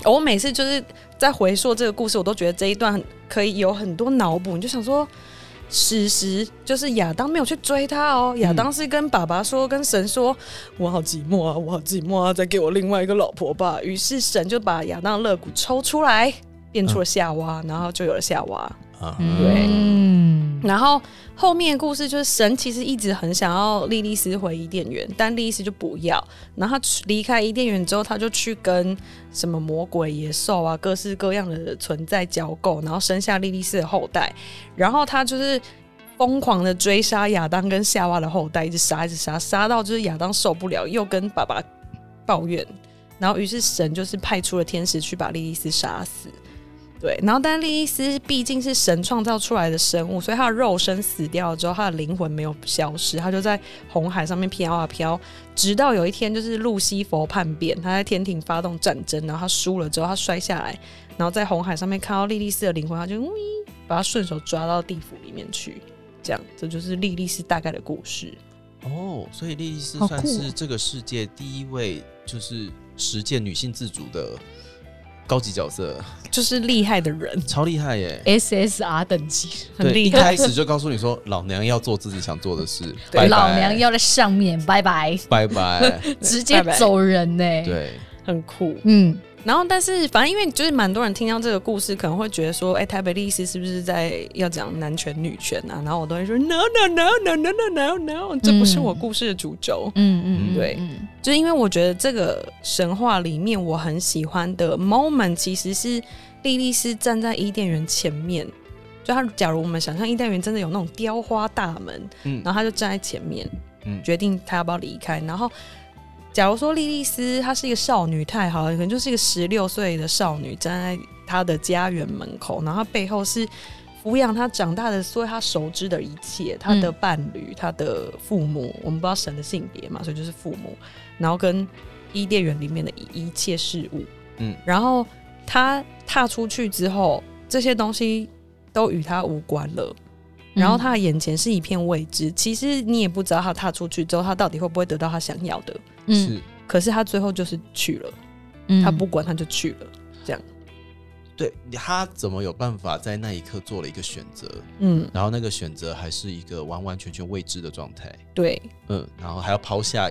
C: 哦我每次就是在回溯这个故事，我都觉得这一段很可以有很多脑补，你就想说。史实就是亚当没有去追她哦，亚当是跟爸爸说，跟神说，我好寂寞啊，我好寂寞啊，再给我另外一个老婆吧。于是神就把亚当的肋骨抽出来，变出了夏娃，然后就有了夏娃。
B: 啊，
A: 嗯，
C: 然后后面的故事就是神其实一直很想要莉莉丝回伊甸园，但莉莉丝就不要。然后他去离开伊甸园之后，他就去跟什么魔鬼、野兽啊，各式各样的存在交媾，然后生下莉莉丝的后代。然后他就是疯狂的追杀亚当跟夏娃的后代，一直杀，一直杀，杀到就是亚当受不了，又跟爸爸抱怨。然后于是神就是派出了天使去把莉莉丝杀死。对，然后但莉莉丝毕竟是神创造出来的生物，所以她的肉身死掉了之后，她的灵魂没有消失，她就在红海上面飘啊飘，直到有一天就是路西佛叛变，他在天庭发动战争，然后他输了之后，他摔下来，然后在红海上面看到莉莉丝的灵魂，他就呜咦把她顺手抓到地府里面去，这样这就是莉莉丝大概的故事。
B: 哦，所以莉莉丝
A: 好
B: 算
A: 酷哦
B: 是这个世界第一位就是实践女性自主的高级角色，
C: 就是厉害的人，
B: 超厉害耶！
A: 哎 SSR 等级，
C: 很
B: 对，一
C: 厉害。
B: 开始就告诉你说，老娘要做自己想做的事，拜
C: 对
B: 拜
A: 老娘要在上面，拜拜，
B: 拜拜，
A: 直接
C: 拜拜
A: 走人呢、，
B: 对，
C: 很酷，
A: 嗯，
C: 然后，但是反正因为就是蛮多人听到这个故事，可能会觉得说，哎、台北律师是不是在要讲男权女权啊？然后我都会说，no no no no no no no no，这不是我故事的主轴。
A: 嗯嗯，嗯
C: 对
A: 嗯
C: 就是因为我觉得这个神话里面我很喜欢的 moment，其实是莉莉丝站在伊甸园前面。就她，假如我们想象伊甸园真的有那种雕花大门，
B: 嗯
C: 然后她就站在前面，
B: 嗯
C: 决定她要不要离开。然后，假如说莉莉丝她是一个少女太好了，可能就是一个十六岁的少女站在她的家园门口，然后她背后是抚养她长大的，所以她熟知的一切，她的
A: 嗯
C: 伴侣、她的父母，我们不知道神的性别嘛，所以就是父母。然后跟伊甸园里面的一一切事物，
B: 嗯
C: 嗯，然后他踏出去之后，这些东西都与他无关了。
A: 嗯
C: 然后他的眼前是一片未知，其实你也不知道他踏出去之后，他到底会不会得到他想要的。
A: 嗯，
B: 是
C: 可是他最后就是去了，
A: 嗯
C: 他不管，他就去了。
B: 对他怎么有办法在那一刻做了一个选择，
C: 嗯，
B: 然后那个选择还是一个完完全全未知的状态，
C: 对，
B: 嗯，然后还要抛下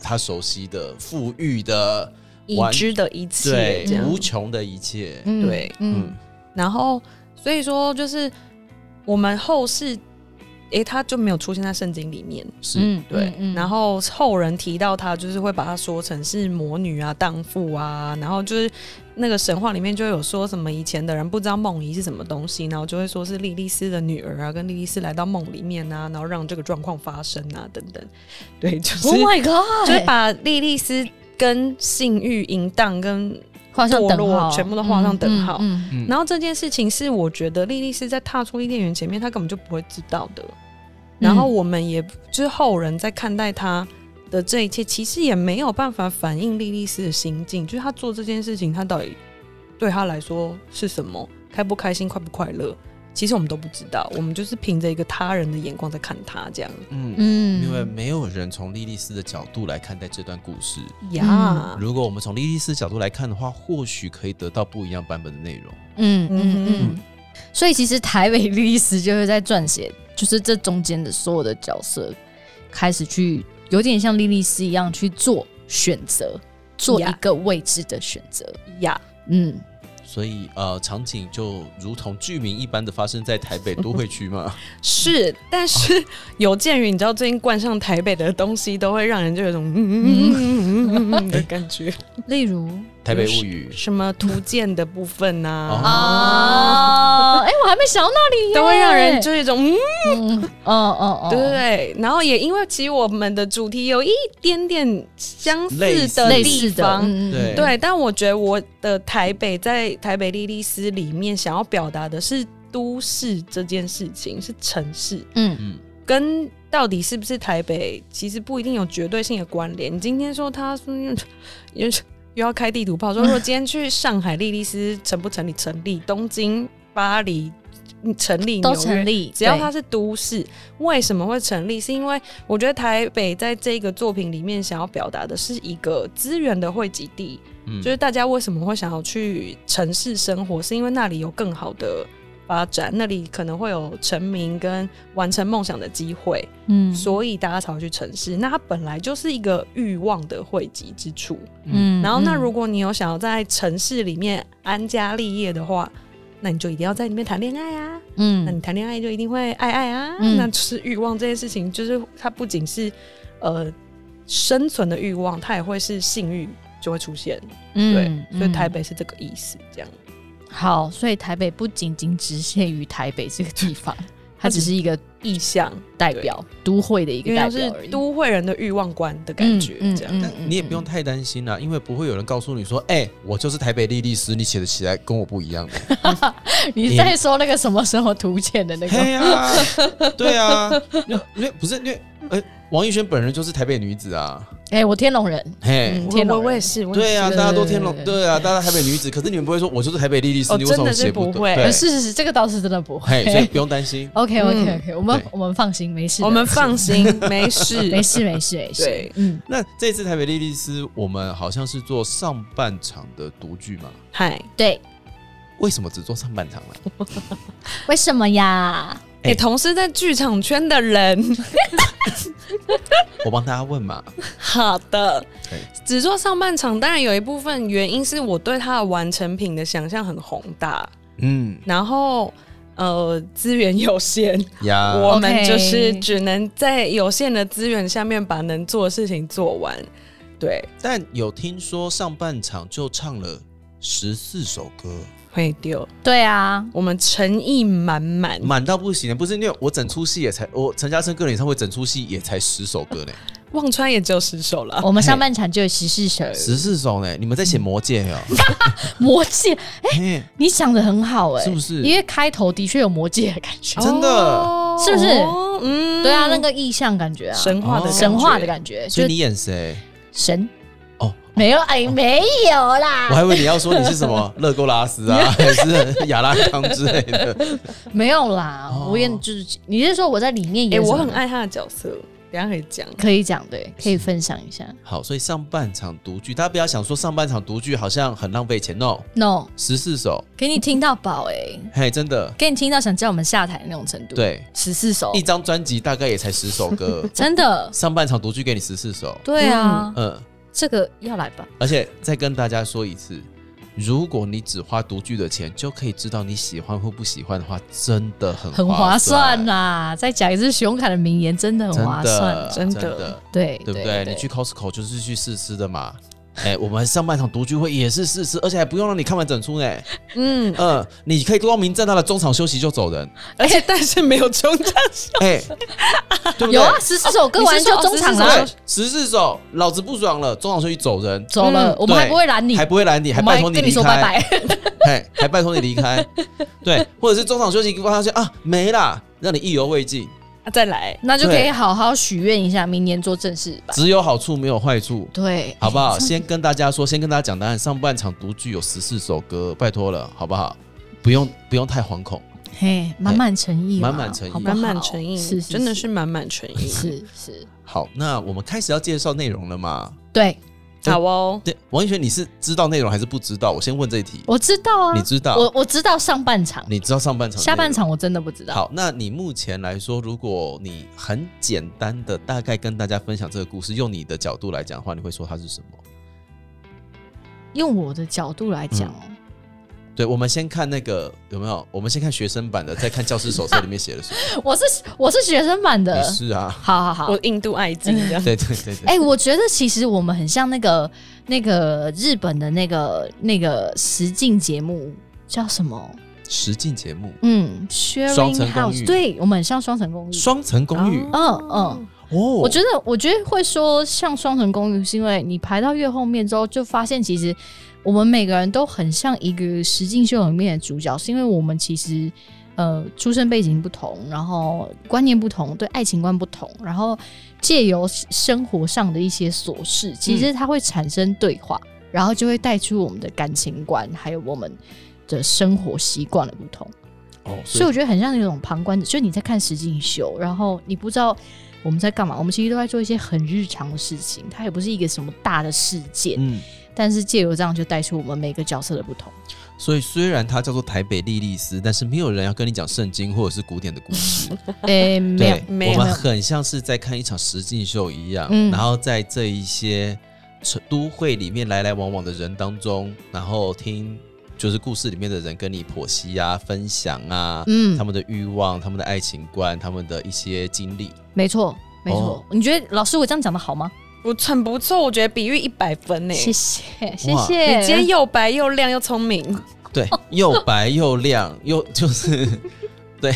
B: 他熟悉的、富裕的、
C: 已
B: 完
C: 知的一切
B: 对
C: 这样。
B: 无穷的一切，
A: 嗯
C: 对
A: 嗯
C: 然后所以说就是我们后世，诶、他就没有出现在圣经里面。
B: 是、
A: 嗯，
C: 对，
A: 嗯
C: 然后后人提到他，就是会把他说成是魔女啊、荡妇啊，然后就是那个神话里面就有说什么以前的人不知道梦遗是什么东西，然后就会说是莉莉丝的女儿啊，跟莉莉丝来到梦里面啊，然后让这个状况发生啊，等等。对，就是、
A: Oh my God，
C: 就是把莉莉丝跟性欲、淫荡跟
A: 画上等
C: 堕落
A: 号，
C: 全部都画上等号
A: 嗯嗯嗯
B: 嗯
C: 然后这件事情是我觉得莉莉丝在踏出伊甸园前面，她根本就不会知道的。然后我们也就是后人在看待她的这一切，其实也没有办法反映莉莉丝的心境，就是她做这件事情，她到底对她来说是什么，开不开心，快不快乐，其实我们都不知道。我们就是凭着一个他人的眼光在看她这样。
B: 嗯
A: 嗯
B: 因为没有人从莉莉丝的角度来看待这段故事。
A: 啊
C: 呀、
B: 如果我们从莉莉丝角度来看的话，或许可以得到不一样版本的内容。
A: 嗯嗯
C: 嗯
A: 嗯，所以其实台北莉莉丝就是在撰写，就是这中间的所有的角色开始去有点像莉莉丝一样去做选择，做一
C: 呀
A: 个未知的选择。
C: 呀，
A: 嗯，
B: 所以，呃，场景就如同剧名一般的发生在台北都会区嘛。
C: 是，但是有鉴于你知道最近冠上台北的东西，都会让人就有一种嗯嗯嗯嗯嗯嗯的感觉。
A: 例如
B: 台北物语，
C: 什么图鉴的部分呐、
B: 哦
A: 啊，哎、我还没想到那里耶，
C: 哦都会让人就是一种嗯，
A: 嗯，哦哦哦，
C: 对对对。然后也因为其实我们的主题有一点点相似
B: 类似
C: 的
A: 类
C: 呃地
A: 似的，
C: 方，
A: 嗯嗯
B: 对
C: 对。但我觉得我的台北在台北莉莉丝里面想要表达的是都市这件事情，是城市。
A: 嗯
B: 嗯，
C: 跟到底是不是台北，其实不一定有绝对性的关联。你今天说他说又又又要开地图炮，说如哦果今天去上海莉莉丝成不成立？成立，东京、巴黎嗯成立，
A: 都
C: 纽约
A: 成。立，
C: 只要
A: 对
C: 它是都市，为什么会成立？是因为我觉得台北在这个作品里面想要表达的是一个资源的汇集地，
B: 嗯
C: 就是大家为什么会想要去城市生活，是因为那里有更好的发展，那里可能会有成名跟完成梦想的机会，
A: 嗯
C: 所以大家才会去城市。那它本来就是一个欲望的汇集之处。
A: 嗯
C: 然后，那如果你有想要在城市里面安家立业的话，那你就一定要在里面谈恋爱啊。那
A: 嗯
C: 你谈恋爱就一定会爱爱啊，
A: 嗯
C: 那就是欲望这件事情，就是它不仅是呃生存的欲望，它也会是性欲就会出现。对，所以
A: 嗯嗯
C: 台。
A: 嗯
C: 北是这个意思，这样。
A: 好，所以台北不仅仅只限于台北这个地
C: <laughs>
A: 方，它
C: 它
A: 只
C: 只
A: 是一个
C: 意象，
A: 代表都会的一
C: 因
A: 个
C: 为
A: 代
C: 它
A: 表
C: 是
A: 而已
C: 都会人的欲望观的感觉，
A: 嗯嗯
C: 这样。
A: 嗯
B: 但你也不用太担心啊啦，因为不会有人告诉你说，哎、我就是台北莉莉丝，你写的起来跟我不一样的。
A: 嗯你在说那个什么什么图鉴
C: 哎
A: 的那个
B: 嘿呀，
C: <laughs>
B: 对啊，因为不是因为，呃，王艺轩本人就是台北女子啊，
A: 哎、我天龙人，
B: 嘿，
C: 嗯
A: 天
C: 我
A: 龙
C: 我我
A: 人
C: 也是，我也
B: 对啊，
A: 对
B: 大家都
A: 对
B: 天
A: 对
B: 龙
A: 对，
B: 对啊，大家台北女子。可是你们不会说我就是台北莉莉丝，
C: 哦
B: 你为什么
C: 真的是
B: 写
C: 不
B: 对
C: 会
B: 对
A: 呃是是是，这个倒是真的不
C: <laughs>
B: 嘿，所
A: <laughs>
B: 以
A: 会。。
B: 不用担心
A: OK OK OK，、我们
B: 对
A: 我们放心，没事的，
C: 嗯我们放心，没
A: <laughs> 没
C: 事。
A: 事没事没事。
C: 对，
A: 嗯，
B: 那这次台北莉莉丝，我们好像是做上半场的独剧嘛？
C: 嗨，
A: 对，
B: 为什么只做上半场啊呢？
A: 为什么呀？
B: 哎
C: 哎，同是在剧场圈的人，
A: <laughs>
B: 我帮大家问嘛。
C: <laughs> 好的
B: 对，
C: 只做上半场，当然有一部分原因是我对它的完成品的想象很宏大，
B: 嗯
C: 然后呃资源有限，
B: 呀，
C: 我们
A: OK
C: 就是只能在有限的资源下面把能做的事情做完。对，
B: 但有听说上半场就唱了十四首歌，
C: 会丢，
A: 对啊，
C: 我们诚意满满。
B: 满到不行。不是因为我整出戏也才，我陈嘉生个人演唱会整出戏也才十首
A: <laughs>
B: 歌呢，
C: 忘川也只有十首了，
A: 我们上半场就有十四首
B: 十四首呢。你们在写《魔戒》
A: <laughs>
B: 哦？
A: 魔戒，
B: 嘿
A: 你想的很好哎、
B: 是不是
A: 因为开头的确有魔戒的感觉，
B: 真的
C: 哦
A: 是不是
C: 哦嗯
A: 对啊，那个意象感觉啊，
C: 神话的
B: 哦
C: 感觉
A: 神话的感觉，
B: 所
A: 就
B: 以
A: 是
B: 你演谁？
A: 神
B: 哦，
A: 没有，哎，没有啦
B: 我，还以为你要说你是
A: <laughs>
B: 什么勒勾拉斯啊， <laughs> 还是亚拉康之类的。
A: 没有啦，
B: 哦
A: 我演就是，你是说我在里面
C: 哎、
A: 演什
C: 我
A: 么？
C: 很爱他的角色，等一下可以讲。
A: 可以讲对，可以分享一下。
B: 好，所以上半场独居，大家不要想说上半场独居好像很浪费钱哦。
A: No，
B: 十四首，
A: 给你听到饱哎、
B: 嘿，真的，
A: 给你听到想叫我们下台那种程度。，
B: 对，
A: 十四首，
B: 一，嗯张专辑大概也才十首歌
A: <laughs> 真的，
B: 上半场独居给你十四首，
A: 对啊，
B: 嗯，
A: 这个要来吧。
B: 而且再跟大家说一次，如果你只花独居的钱就可以知道你喜欢或不喜欢的话，真的很
A: 很划
B: 划
A: 算啦！再讲一次熊凯的名言，真的很
B: 真
A: 划
B: 的
A: 算，
C: 真的
B: 的，
A: 对
B: 对不对？你去 Costco 就是去试吃的嘛。 <laughs> 哎、我们上半场独居会也是试吃，而且还不用让你看完整出呢。
C: 嗯，
B: 嗯、你可以光明正大的中场休息就
A: <laughs>
B: 走人。
C: 而且但是没有中间，
B: 哎、对不对？
A: 有啊，十四首歌完就中场
C: 哦
A: 了
C: 14，
B: 对，十四首，老子不爽了，中场休息走人，
A: 走了，
C: 嗯
A: 我们还不会拦你，
B: 还不会拦你，还
A: 我们
B: 拜
A: 还
B: 托
A: 跟
B: 离
A: 你
B: 开，
A: 说拜拜。
B: <laughs> 嘿，还拜托你离开。对，或者是中场休息，发现啊没啦，让你意犹未尽，
C: 啊再来。
A: 那就可以好好许愿一下，明年做正事吧。
B: 只有好处没有坏处。
A: 对，
B: 好不好？先跟大家说，先跟大家讲答案。上半场独居有十四首歌，拜托了，好不好？不用不用太惶恐，
A: 嘿，满满诚意嘛，
B: 满满诚意嗯
A: 好不好
C: 满满诚意，
A: 是是
C: 真的是满满诚意。
A: 是是，
B: 好，那我们开始要介绍内容了嘛？
A: 对
C: 好哦，
B: 对，王一璇，你是知道内容还是不知道？我先问这一题，
A: 我知道啊，
B: 你知道
A: 我我知道上半场，
B: 你知道上半场的内容
A: 下半。场我真的不知道。
B: 好，那你目前来说，如果你很简单的大概跟大家分享这个故事，用你的角度来讲的话，你会说它是什么？
A: 用我的角度来讲哦，
B: 嗯对，我们先看那个有没有？我们先看学生版的，再看教师手册里面写
A: <laughs>
B: 的是什
A: 我是我是学生版
B: 么。，
A: 的
B: 是
A: <laughs>
B: 啊，
A: 好好好
C: 我，印度爱情这样。
B: 对对对
A: 呃
B: 对。
A: 哎、我觉得其实我们很像那个那个日本的那个那个实境节目叫什么？
B: 实境节目
A: 嗯，Sharing
B: 双层公
A: House，
B: 寓
A: 对我们很像双层公寓。
B: 《双层公寓》
A: 嗯嗯，
B: 哦，
A: 我觉得我觉得会说像双层公寓，是因为你排到越后面之后，就发现其实我们每个人都很像一个实境秀里面的主角，是因为我们其实。呃，出身背景不同，然后观念不同，对爱情观不同，然后借由生活上的一些琐事，其实它会产生对话，然后就会带出我们的感情观，还有我们的生活习惯的不同。
B: 哦，
A: 所以
B: 所
A: 我
B: 以
A: 觉得很像那种旁观者，就是你在看实境秀，然后你不知道我们在干嘛，我们其实都在做一些很日常的事情，它也不是一个什么大的事件，
B: 嗯，
A: 但是借由这样就带出我们每个角色的不
C: <laughs>
A: 同。
B: 所以虽然它叫做台北莉莉丝，但是没有人要跟你讲圣经或者是古典的
A: <laughs>
B: 故事，
A: 诶、没有
B: 对，，
C: 没有
B: 我们很像是在看一场实境秀一样，
A: 嗯
B: 然后在这一些城都会里面来来往往的人当中，然后听就是故事里面的人跟你剖析啊、分享啊。
A: 嗯
B: 他，们的欲望、他们的爱情观、他们的一些经历，
A: 没错，没错。
B: 哦
A: 你觉得老师我这样讲的好吗？
C: 我很不错，我觉得比喻一百分呢。
A: 谢谢，谢
B: 哇
A: 谢。
C: 你今 <laughs> 天又白又亮又聪明，
B: 对，又白又亮，又就是 <laughs> 对、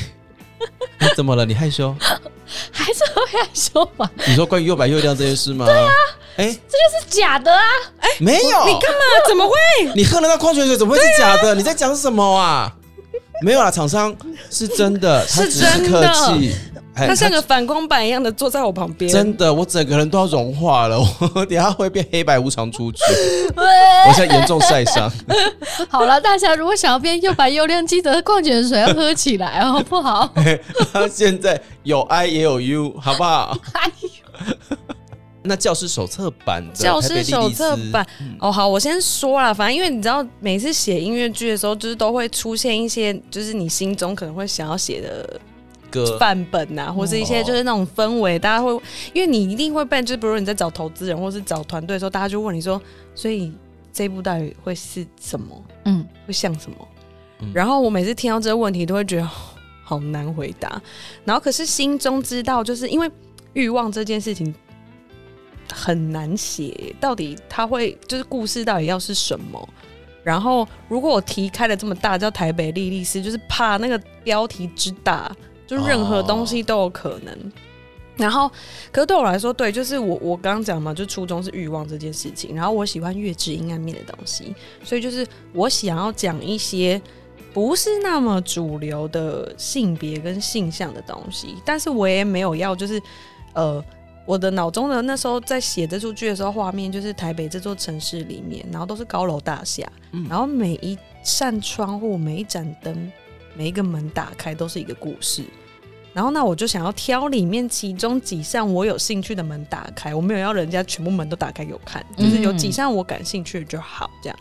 B: 哎怎么了？你害羞？
A: 还是会害羞吧？
B: 你说关于又白又亮这件事吗？对啊，哎、
A: 这是假的啊！
B: 没有，你干嘛？
C: 那怎么会？
B: 你喝了那矿泉水怎么会是假的？你在讲什么啊？没有啦，厂商是真
C: <laughs>
B: 的，他只
C: 真
B: 客
C: 的
B: 气，哎
C: 他像
B: 他
C: 个反光板一样的坐在我旁边，
B: 真的，我整个人都要融化了， <laughs> 我等一下会变黑白无常出去，我现在严重晒伤。
A: <laughs>
B: <laughs>
A: 好了，大家如果想要变又白又亮，记得矿泉水要喝起来哦，好不
C: <laughs>
A: 好？
B: 他现在有 I 也有 U，好不好？
A: 哎呦
B: 那教师手册版的
C: 教
B: 台北
C: 师
B: 莉
C: 手
B: 莉
C: 册
B: 丝嗯
C: 版。哦，好，我先说啦，反正因为你知道，每次写音乐剧的时候，就是都会出现一些，就是你心中可能会想要写的
B: 歌，
C: 范本啊，或是一
B: 哦
C: 些就是那种氛围，大家会，因为你一定会被，就是比如说你在找投资人或是找团队的时候，大家就问你说，所以这一部到底会是什么，
A: 嗯，
C: 会像什么？
B: 嗯
C: 然后我每次听到这个问题，都会觉得哦 <sighs> 好难回答。然后可是心中知道，就是因为欲望这件事情很难写，到底它会就是故事到底要是什么？然后如果我题开的这么大，叫台北莉莉丝，就是怕那个标题之大，就任何东西都有可能。然后，可是对我来说，对，就是我我刚刚讲嘛，就初衷是欲望这件事情。然后我喜欢月之阴暗面的东西，所以就是我想要讲一些不是那么主流的性别跟性向的东西，但是我也没有要就是呃我的脑中的那时候在写这出剧的时候，画面就是台北这座城市里面，然后都是高楼大厦，
B: 嗯
C: 然后每一扇窗户、每一盏灯、每一个门打开都是一个故事。然后那我就想要挑里面其中几扇我有兴趣的门打开，我没有要人家全部门都打开给我看，就是有几扇我感兴趣的就好这样。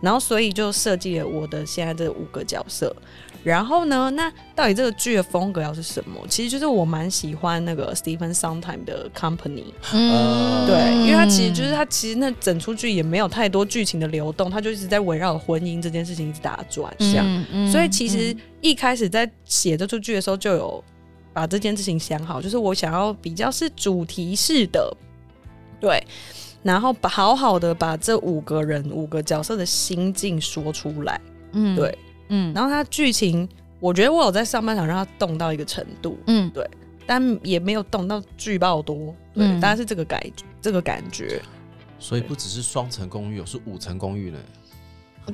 C: 然后所以就设计了我的现在这五个角色。然后呢，那到底这个剧的风格要是什么？其实就是我蛮喜欢那个 Stephen Sondheim 的 Company，
A: 嗯，
C: 呃对，因为他其实就是他其实那整出剧也没有太多剧情的流动，他就一直在围绕婚姻这件事情一直打转这样。
A: 嗯，嗯
C: 所以其实一开始在写这出剧的时候就有把这件事情想好，就是我想要比较是主题式的，对，然后把好好的把这五个人五个角色的心境说出来，
A: 嗯
C: 对，
A: 嗯
C: 然后它剧情我觉得我有在上半场让它动到一个程度，
A: 嗯
C: 但也没有动到剧爆多，对，
A: 嗯
C: 大概是这个感这个感觉。
B: 所以不只是双层公寓哦，是五层公寓呢。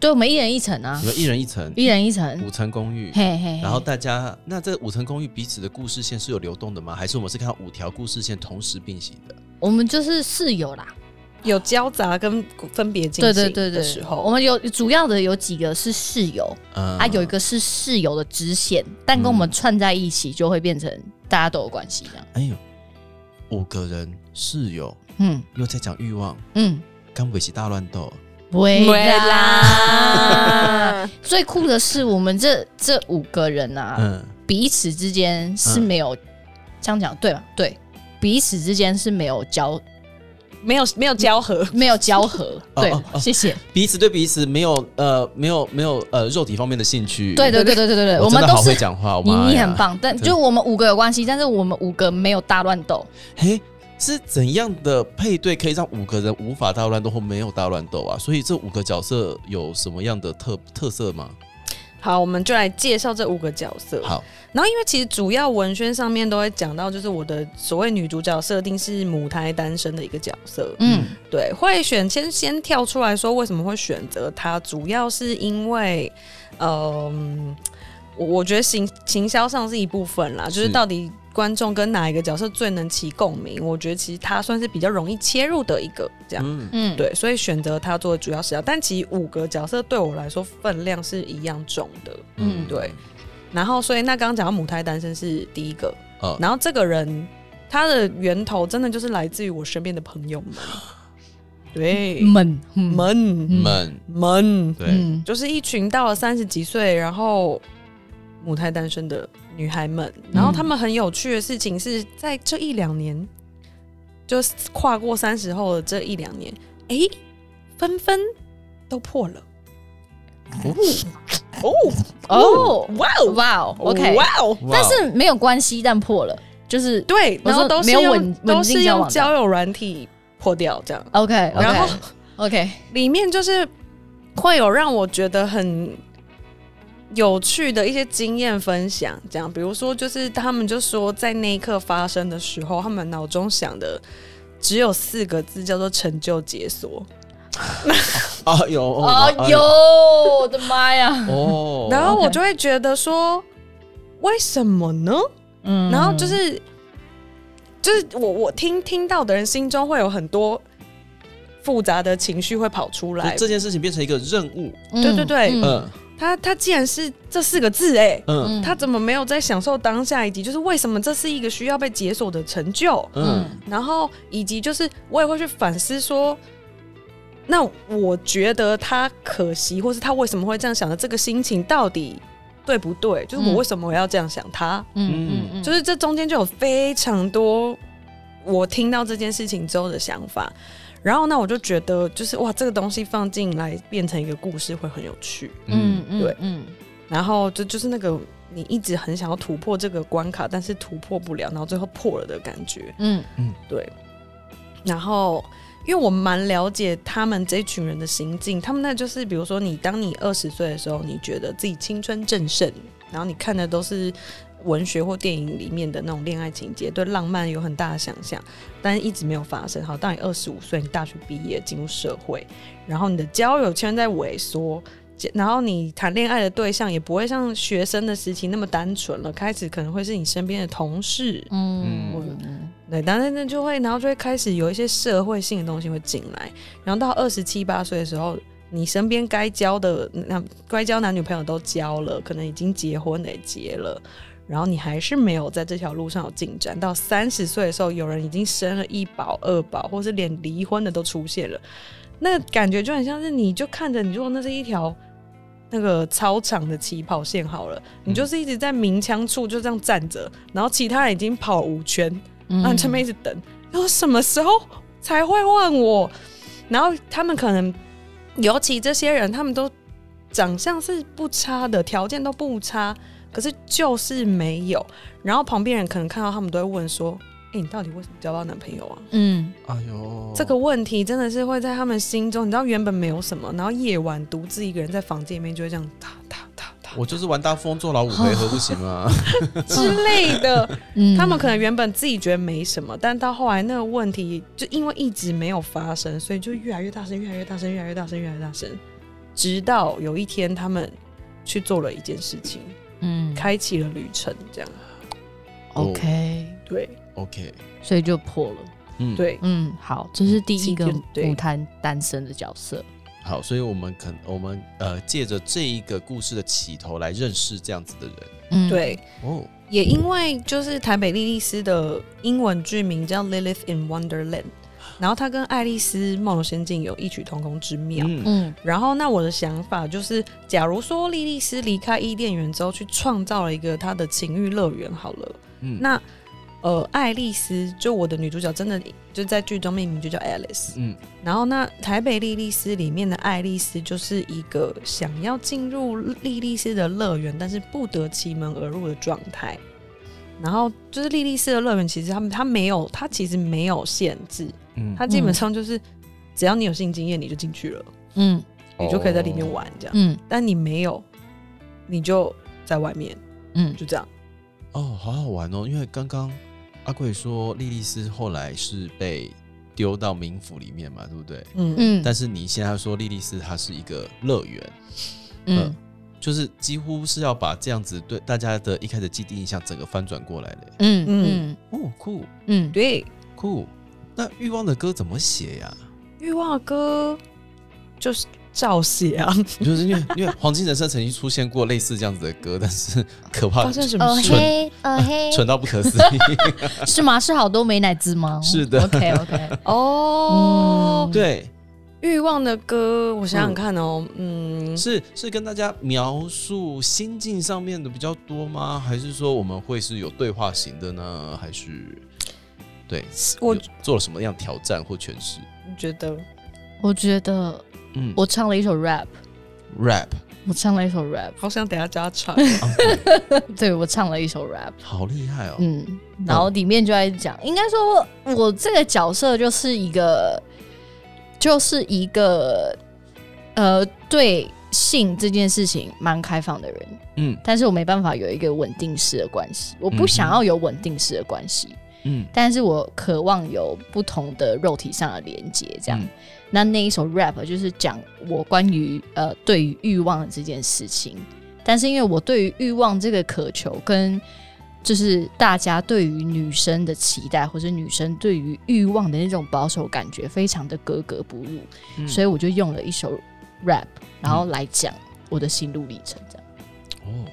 A: 对，我们一人一层啊
B: 你，们一人一层，
A: 一人一层，
B: 五层公寓。
A: 嘿嘿，嘿
B: 然后大家，那这五层公寓彼此的故事线是有流动的吗？还是我们是看到五条故事线同时并行的？
A: 我们就是室友啦，
C: 有交杂跟分别进
A: 对对
C: 行
A: 对
C: 的
A: 对，
C: 时
A: 我
C: 候，
A: 们有主要的有几个是室友
B: 嗯
A: 啊，有一个是室友的支线，但跟我们串在一起就会变成大家都有关系这样，
B: 哎呦，五个人室友
A: 嗯
B: 又在讲欲望，
A: 嗯，
B: 跟维起大乱斗，
A: 喂
C: 没
A: 啦。 <laughs> 最酷的是，我们这这五个人啊，
B: 嗯，
A: 彼此之间是
B: 嗯
A: 没有、这样讲对吧？对，彼此之间是没有交
C: 没有 <laughs> 没有交合，
A: 没有交合。
B: 哦
A: 对，
B: 哦哦
A: 谢谢。
B: 彼此对彼此没有呃没有没有呃肉体方面的兴趣。
A: 对对对对对对对，
B: 我
A: 我
B: 哦
A: 们
B: 真的
A: 都
B: 好
A: 是
B: 会讲话，我
A: 你
B: 妈
A: 你
B: 呀
A: 很。棒，但
B: 对
A: 就我们五个有关系，但是我们五个没有大乱斗。
B: 嘿，是怎样的配对可以让五个人无法大乱斗或没有大乱斗啊？所以这五个角色有什么样的特特色吗？
C: 好，我们就来介绍这五个角色。
B: 好，
C: 然后，因为其实主要文宣上面都会讲到，就是我的所谓女主角设定是母胎单身的一个角色。
A: 嗯
C: 对，会选先先跳出来说为什么会选择它，主要是因为，嗯、我我觉得行行销上是一部分啦，就是
B: 是
C: 到底观众跟哪一个角色最能起共鸣，我觉得其实它算是比较容易切入的一个这样。
B: 嗯，
A: 嗯，
C: 对，所以选择它做的主要是要，但其实五个角色对我来说分量是一样重的。
A: 嗯
C: 对，然后，所以那刚刚讲到母胎单身是第一个，
B: 呃，
C: 然后这个人他的源头真的就是来自于我身边的朋友们，对，
A: 闷闷
C: 们
A: 嗯
B: 们
C: 们，
B: 嗯对，
C: 嗯就是一群到了三十几岁，然后母胎单身的女孩们，然后
A: 嗯
C: 她们很有趣的事情是在这一两年，就是跨过三十后的这一两年，哎，纷纷都破了， <laughs> 哦
A: 哦，
C: 哇哦
A: 哇哦，OK，
C: 哇哦。
B: 哇
A: 但是没有关系，但破了，就是
C: 对，
A: 我
C: 然后
A: 说
C: 都是
A: 没有
C: 用
A: 稳
C: 都
A: 稳定
C: 是
A: 交往
C: 用
A: 的
C: 交友软体破掉这样，
A: OK，
C: 然后
A: OK，
C: 里面就是会有让我觉得很有趣的一些经验分享，这样，比如说就是他们就说在那一刻发生的时候，他们脑中想的。只有四个字叫做成就解锁，
B: 啊有
A: 哦
B: 哦
A: 哟，我的妈
B: <laughs>
A: 呀！
B: 哦，
C: 然后我
A: OK
C: 就会觉得说，为什么呢？
A: 嗯
C: 然后就是，就是我我听听到的人心中会有很多复杂的情绪会跑出来
B: 就。这件事情变成一个任务，
C: 对对对
B: 嗯
C: 他他竟然是这四个字哎、
B: 嗯
C: 他怎么没有在享受当下，以及就是为什么这是一个需要被解锁的成就？
B: 嗯，
C: 然后以及就是我也会去反思说，那我觉得他可惜，或是他为什么会这样想的，这个心情到底对不对？就是我
A: 嗯
C: 为什么要这样想他？
A: 嗯嗯，
C: 就是这中间就有非常多我听到这件事情之后的想法，然后呢，我就觉得就是哇，这个东西放进来变成一个故事会很有趣，
B: 嗯
A: 嗯
C: 对
A: 嗯
C: 然后就就是那个你一直很想要突破这个关卡，但是突破不了，然后最后破了的感觉，
A: 嗯
C: 对，然后。因为我蛮了解他们这群人的心境，他们那就是，比如说你当你二十岁的时候，你觉得自己青春正盛，然后你看的都是文学或电影里面的那种恋爱情节，对浪漫有很大的想象，但一直没有发生。好，当你二十五岁，你大学毕业进入社会，然后你的交友圈在萎缩，然后你谈恋爱的对象也不会像学生的时期那么单纯了，开始可能会是你身边的同事，
A: 嗯嗯
C: 对，但是那就会，然后就会开始有一些社会性的东西会进来，然后到二十七八岁的时候，你身边该交的那该交男女朋友都交了，可能已经结婚的也结了，然后你还是没有在这条路上有进展。到三十岁的时候，有人已经生了一宝、二宝，或是连离婚的都出现了，那感觉就很像是你就看着你，如果那是一条。那个操场的起跑线好了，你就是一直在鸣枪处就这样站着，然后其他人已经跑五圈，然后
A: 嗯
C: 前面一直等，然后什么时候才会换我？然后他们可能，尤其这些人，他们都长相是不差的，条件都不差，可是就是没有。然后旁边人可能看到他们，都会问说：“哎、你到底为什么交不到男朋友啊？”
A: 嗯，
B: 哎呦，
C: 这个问题真的是会在他们心中，你知道原本没有什么，然后夜晚独自一个人在房间里面就会这样哒哒哒哒
B: 我就是玩大富翁坐牢五回合不行啊
C: <laughs>
B: 吗？
C: 之类的。
A: 嗯
C: 他们可能原本自己觉得没什么，但到后来那个问题就因为一直没有发生，所以就越来越大声，越来越大声，越来越大声，越来越大声，直到有一天他们去做了一件事情，
A: 嗯
C: 开启了旅程，这样。
A: OK，
C: 对
B: OK，
A: 所以就破了。
B: 嗯，，
C: 对，
A: 嗯，好，这是第一个
C: 今天对
A: 母胎单身的角色。
B: 好，所以我们肯我们呃借着这一个故事的起头来认识这样子的人
A: 嗯，
C: 对，
B: 哦，
C: 也因为就是台北莉莉丝的英文剧名叫《Lilith in Wonderland》，然后它跟《爱丽丝梦游仙境》有异曲同工之妙。
B: 嗯
A: 嗯
C: 然后，那我的想法就是，假如说莉莉丝离开伊甸园之后，去创造了一个她的情欲乐园，好了，
B: 嗯
C: 那呃，爱丽丝就我的女主角，真的就在剧中命名就叫 Alice。
B: 嗯
C: 然后那台北莉莉丝里面的爱丽丝就是一个想要进入莉莉丝的乐园，但是不得其门而入的状态。然后就是莉莉丝的乐园，其实他们他没有，他其实没有限制，
B: 嗯，
C: 他基本上就是只要你有性经验，你就进去了，
A: 嗯
C: 你就可以在
B: 哦
C: 里面玩这样。
A: 嗯
C: 但你没有，你就在外面，
A: 嗯，
C: 就这样。
B: 哦，好好玩哦，因为刚刚阿贵说莉莉丝后来是被丢到冥府里面嘛，对不对？
C: 嗯嗯
A: 嗯
B: 但是你现在说莉莉丝它是一个乐园，
A: 嗯
B: 就是几乎是要把这样子对大家的一开始既定印象整个翻转过来的。
A: 嗯嗯
C: 嗯
B: 哦，酷
A: 嗯，
C: 对，
B: 酷，那欲望的歌怎么写呀、 <laughs>
C: 欲望的歌就是照写啊，
B: 就是因为因为黄金人生曾经出现过类似这样子的歌，但是可怕
C: 发生什
A: 哦
C: 么事？
A: 嘿哦嘿，
B: 蠢到不可思议。
A: 是吗？是好多美乃滋吗？
B: 是的
A: ，OK
C: <laughs>
A: OK，
C: 哦，
A: 嗯
B: <laughs> 对，
C: 欲望的歌，我想想看哦，
B: <laughs>
C: 嗯，
B: 是是跟大家描述心境上面的比较多吗？还是说我们会是有对话型的呢？还是对
C: 我
B: 有做了什么样的挑战或诠释？
C: 觉得
A: 我觉得
B: 嗯
A: 我唱了一首 rap，
B: ，rap
A: 我唱了一首 rap，
C: 好想等下叫他唱，
B: 啊
A: 对我唱了一首 rap，
B: 好厉害哦！
A: 嗯，然后里面就在讲，应该说我这个角色就是一个，就是一个呃，对性这件事情蛮开放的人，
B: 嗯
A: 但是我没办法有一个稳定式的关系，我
B: 嗯
A: 不
B: 哼
A: 想要有稳定式的关系，
B: 嗯
A: 但是我渴望有不同的肉体上的连接，这样。
B: 嗯
A: 那那一首 rap 就是讲我关于呃对于欲望的这件事情，但是因为我对于欲望这个渴求跟就是大家对于女生的期待，或者女生对于欲望的那种保守感觉，非常的格格不入，
B: 嗯
A: 所以我就用了一首 rap，然后来讲我的心路历程，这样
B: 哦，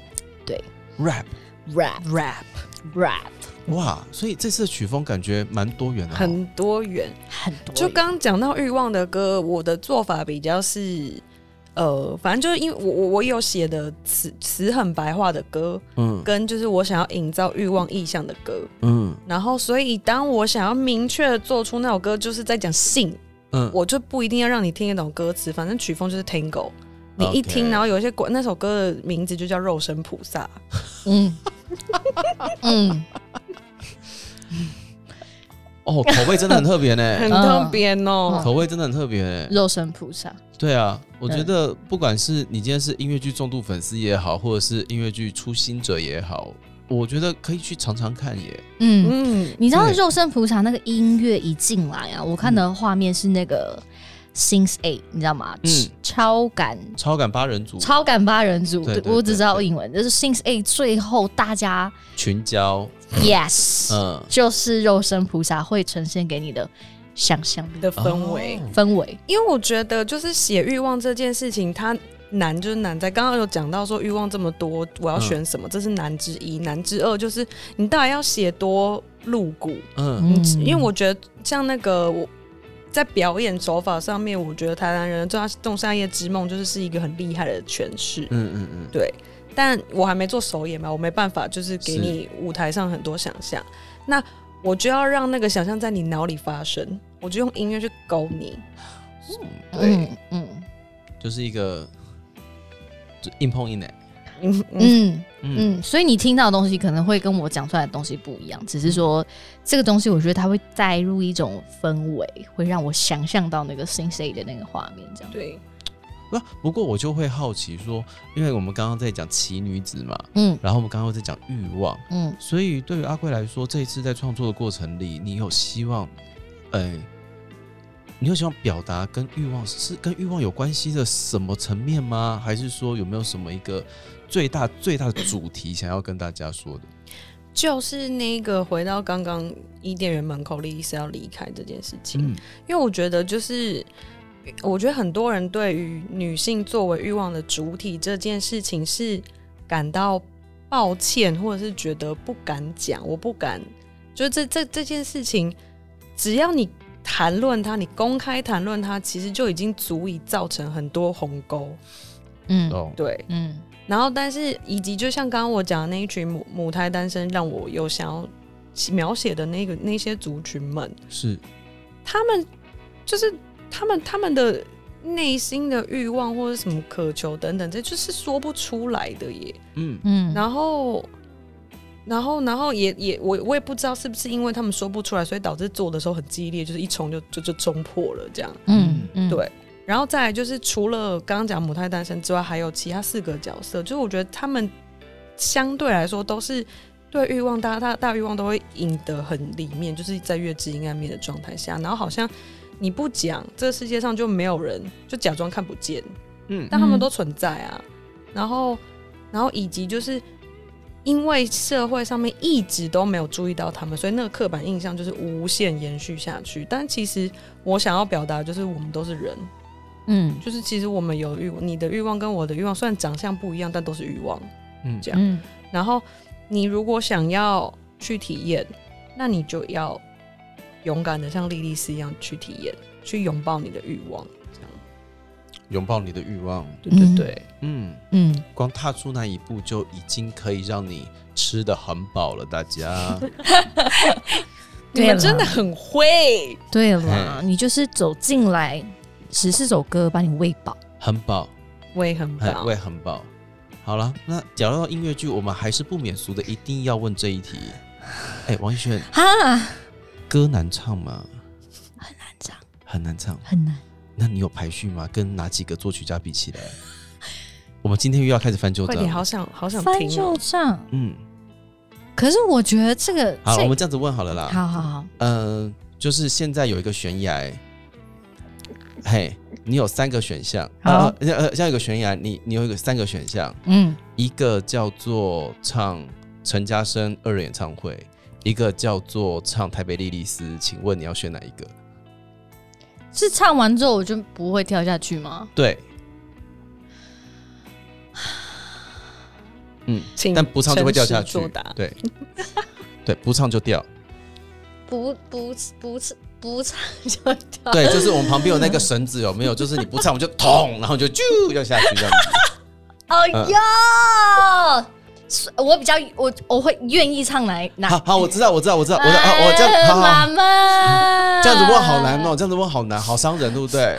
A: 对
B: ，rap
C: 嗯
A: rap
C: <laughs> rap
A: rap
B: 哇，所以这次的曲风感觉蛮多元的、哦，
C: 很多元。
A: 很多
C: 就刚刚讲到欲望的歌，我的做法比较是，呃，反正就是因为我我我有写的词词很白话的歌，
B: 嗯
C: 跟就是我想要营造欲望意象的歌，
B: 嗯
C: 然后所以当我想要明确地做出那首歌就是在讲性，
B: 嗯，
C: 我就不一定要让你听得懂歌词，反正曲风就是 Tango。你一
B: OK
C: 听然后有一些管那首歌的名字就叫《肉身菩萨》，
A: 嗯嗯
B: 哦，口味真的很特
A: <laughs>
B: 别呢
C: 很，特别哦。
B: <laughs> 口味真的很特别呢。
A: 肉身菩萨，
B: 对啊，我觉
A: 嗯
B: 得不管是你今天是音乐剧重度粉丝也好，或者是音乐剧初心者也好，我觉得可以去尝尝看耶。
A: 嗯
C: 嗯，
A: 你知道
B: 对
A: 肉身菩萨那个音乐一进来啊，我看的画面是那个 Since Eight，你知道吗？
B: 嗯
A: 超感
B: 超感八人组、
A: 超感八人组，
B: 对
A: 对
B: 对
A: 我只知道
B: 对对
A: 英文，就是 Since Eight 最后大
B: <laughs>
A: 家
B: 群交，
A: Yes，、
B: 嗯，
A: 就是肉身菩萨会呈现给你的想象力
C: 嗯的氛围。
B: 哦
A: <laughs> 氛围。
C: 因为我觉得就是写欲望这件事情，它难就是难在刚刚有讲到说欲望这么多，我
B: 嗯
C: 要选什么，这是难之一。难之二就是你到底要写多露骨，
B: 嗯，
A: 嗯，
C: 因为我觉得像那个我。在表演手法上面，我觉得台南人的《仲夏仲夏夜之梦》就是是一个很厉害的诠释，
B: 嗯嗯嗯，
C: 但我还没做首演嘛，我没办法，就是给
B: 是
C: 你舞台上很多想象。那我就要让那个想象在你脑里发生，我就用音乐去勾你。
A: 嗯嗯
B: 就是一个就硬碰硬哎，
C: 嗯嗯，
A: 嗯
B: 嗯，
A: 嗯，所以你听到的东西可能会跟我讲出来的东西不一样，只是
B: 嗯
A: 说这个东西，我觉得它会带入一种氛围，会让我想象到那个 Since Eight 的那个画面，这样。
C: 对。
B: 那不过我就会好奇说，因为我们刚刚在讲奇女子嘛，
A: 嗯
B: 然后我们刚刚在讲欲望，
A: 嗯
B: 所以对于阿贵来说，这一次在创作的过程里，你有希望，哎、你有希望表达跟欲望是跟欲望有关系的什么层面吗？还是说有没有什么一个最大最大的主题想要跟大家说的？
C: 就是那个回到刚刚伊甸园门口，莉莉丝要离开这件事
B: 嗯
C: 情，因为我觉得就是，呃我觉得很多人对于女性作为欲望的主体这件事情是感到抱歉，或者是觉得不敢讲，我不敢，就是这这这件事情，只要你谈论它，你公开谈论它，其实就已经足以造成很多鸿沟，
A: 嗯
B: 哦，
C: 对。
A: 嗯
C: 然后，但是以及就像刚刚我讲的那一群母母胎单身，让我有想要描写的那个那些族群们，
B: 是
C: 他们就是他们他们的内心的欲望或者什么渴求等等，这就是说不出来的耶。
B: 嗯
A: 嗯，
C: 然后，然后，然后也也我我也不知道是不是因为他们说不出来，所以导致做的时候很激烈，就是一冲就就就冲破了这样。
A: 嗯嗯
C: 对然后再来就是除了刚刚讲母胎单身之外，还有其他四个角色，就是我觉得他们相对来说都是对欲望大大大欲望都会引得很里面，就是在越知阴暗面的状态下，然后好像你不讲，这个世界上就没有人，就假装看不见，
B: 嗯
C: 但他们都存在啊。然后，然后以及就是因为社会上面一直都没有注意到他们，所以那个刻板印象就是无限延续下去。但其实我想要表达的就是我们都是人。
A: 嗯
C: 就是其实我们有欲，你的欲望跟我的欲望虽然长相不一样，但都是欲望。
B: 嗯
C: 这样
A: 嗯
C: 然后你如果想要去体验，那你就要勇敢的像莉莉丝一样去体验，去拥抱你的欲望。这样，
B: 拥抱你的欲望，
C: 对对
A: 嗯
C: 对，
B: 嗯，
A: 嗯，
B: 光踏出那一步就已经可以让你吃的很饱了，大家。
A: <laughs>
C: 你
A: 对
C: 们
A: 了
C: 真的很会。
A: 对了，你就是走进来，十四首歌把你喂饱。
B: 很饱，
C: 我也很
B: 很
C: 棒
B: 会，很饱。好了，那讲到音乐剧，我们还是不免俗的，一定要问这一
A: <laughs>
B: 题。哎、王一轩，
A: 哈，
B: 歌难唱吗？
A: 很难唱，
B: 很难唱。
A: 很难。
B: 那你有排序吗？跟哪几个作曲家比起来？我们今天又要开始翻旧
C: 快点，好
B: 账。
C: 想好想
A: 翻
C: 听、
A: 旧
C: 哦。
A: 账，
B: 嗯，
A: 可是我觉得这个，
B: 好，
A: 这
B: 我们这样子问好了啦。
A: 好好好，
B: 嗯、就是现在有一个悬崖，嘿，你有三个选项，
A: 好
B: 呃，呃，像有一个悬崖，你你有一个三个选项，
A: 嗯
B: 一个叫做唱陈嘉生二人演唱会，一个叫做唱台北莉莉丝，请问你要选哪一个？
A: 是唱完之后我就不会跳下去吗？
B: 对，
C: 请
B: 但不唱就会掉下
C: 诚实
B: 去
C: 作答。
B: 对， <laughs> 对，不唱就
C: <laughs>
B: 掉。
A: 不不不是不唱就跳，
B: 对，就是我们旁边有那个绳子，有没有？就是你不唱，我就捅，然后就啾就下去这样子。嗯
A: 哦哟。是我比较我我会愿意唱哪一哪？
B: 好好，我知道，我知道，我知道，我知道，啊我这样，
C: 哎
B: 好
A: 妈
B: 好，
A: 妈，
B: 这样子问好难
A: 嗯
B: 哦，这样子问好难，好伤人，对不对？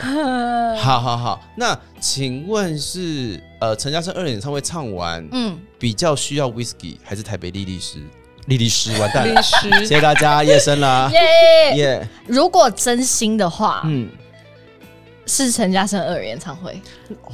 A: <laughs>
B: 好好好，那请问是呃陈嘉生二人演唱会唱完，
A: 嗯，
B: 比较需要 whisky 还是台北莉莉丝？莉莉丝完蛋
C: 律
B: 了，
C: 师，
A: <laughs>
B: 谢谢大家，夜深啦，
A: 耶！啊
B: 耶，
A: 如果真心的话，
B: 嗯，
A: 是陈嘉生二人演唱会，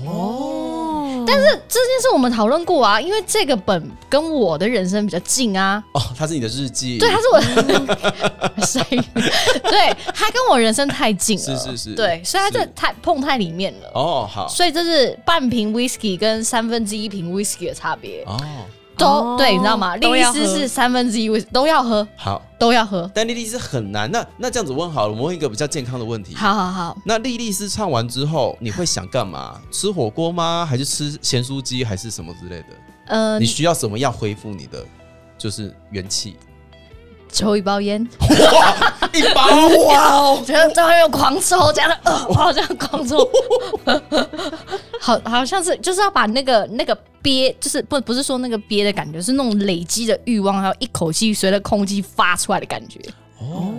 B: 哦，
A: 但是这件事我们讨论过啊，因为这个本跟我的人生比较近啊，
B: 哦，它是你的日记，
A: 对，他是我的 <laughs> 声音，对他跟我人生太近了，
B: 是是是
A: 对，所以他这
B: 是
A: 太碰太里面了。
B: 哦，好，
A: 所以这是半瓶 whisky 跟三分之一瓶 whisky 的差别，
B: 哦，
A: 都、
C: 哦
A: 对，你知道吗？
C: 都
A: 另一
C: 要喝
A: 支是三分之一 whisky 都要喝，
B: 好。
A: 都要喝。
B: 但莉莉丝很难，那那这样子问好了，我们问一个比较健康的问题。
A: 好好好，
B: 那莉莉丝唱完之后，你会想干嘛？吃火锅吗？还是吃咸酥鸡，还是什么之类的？
A: 嗯、
B: 你需要什么样恢复你的就是元
C: <laughs>
B: 气？
A: 抽一包烟，
B: 一包哇哦！
A: 觉得在外面狂抽，这样的，呃，我好像狂 <laughs> 抽，好，好像是就是要把那个那个憋，就是不不是说那个憋的感觉，是那种累积的欲望，还有一口气随着空气发出来的感觉。
B: 哦，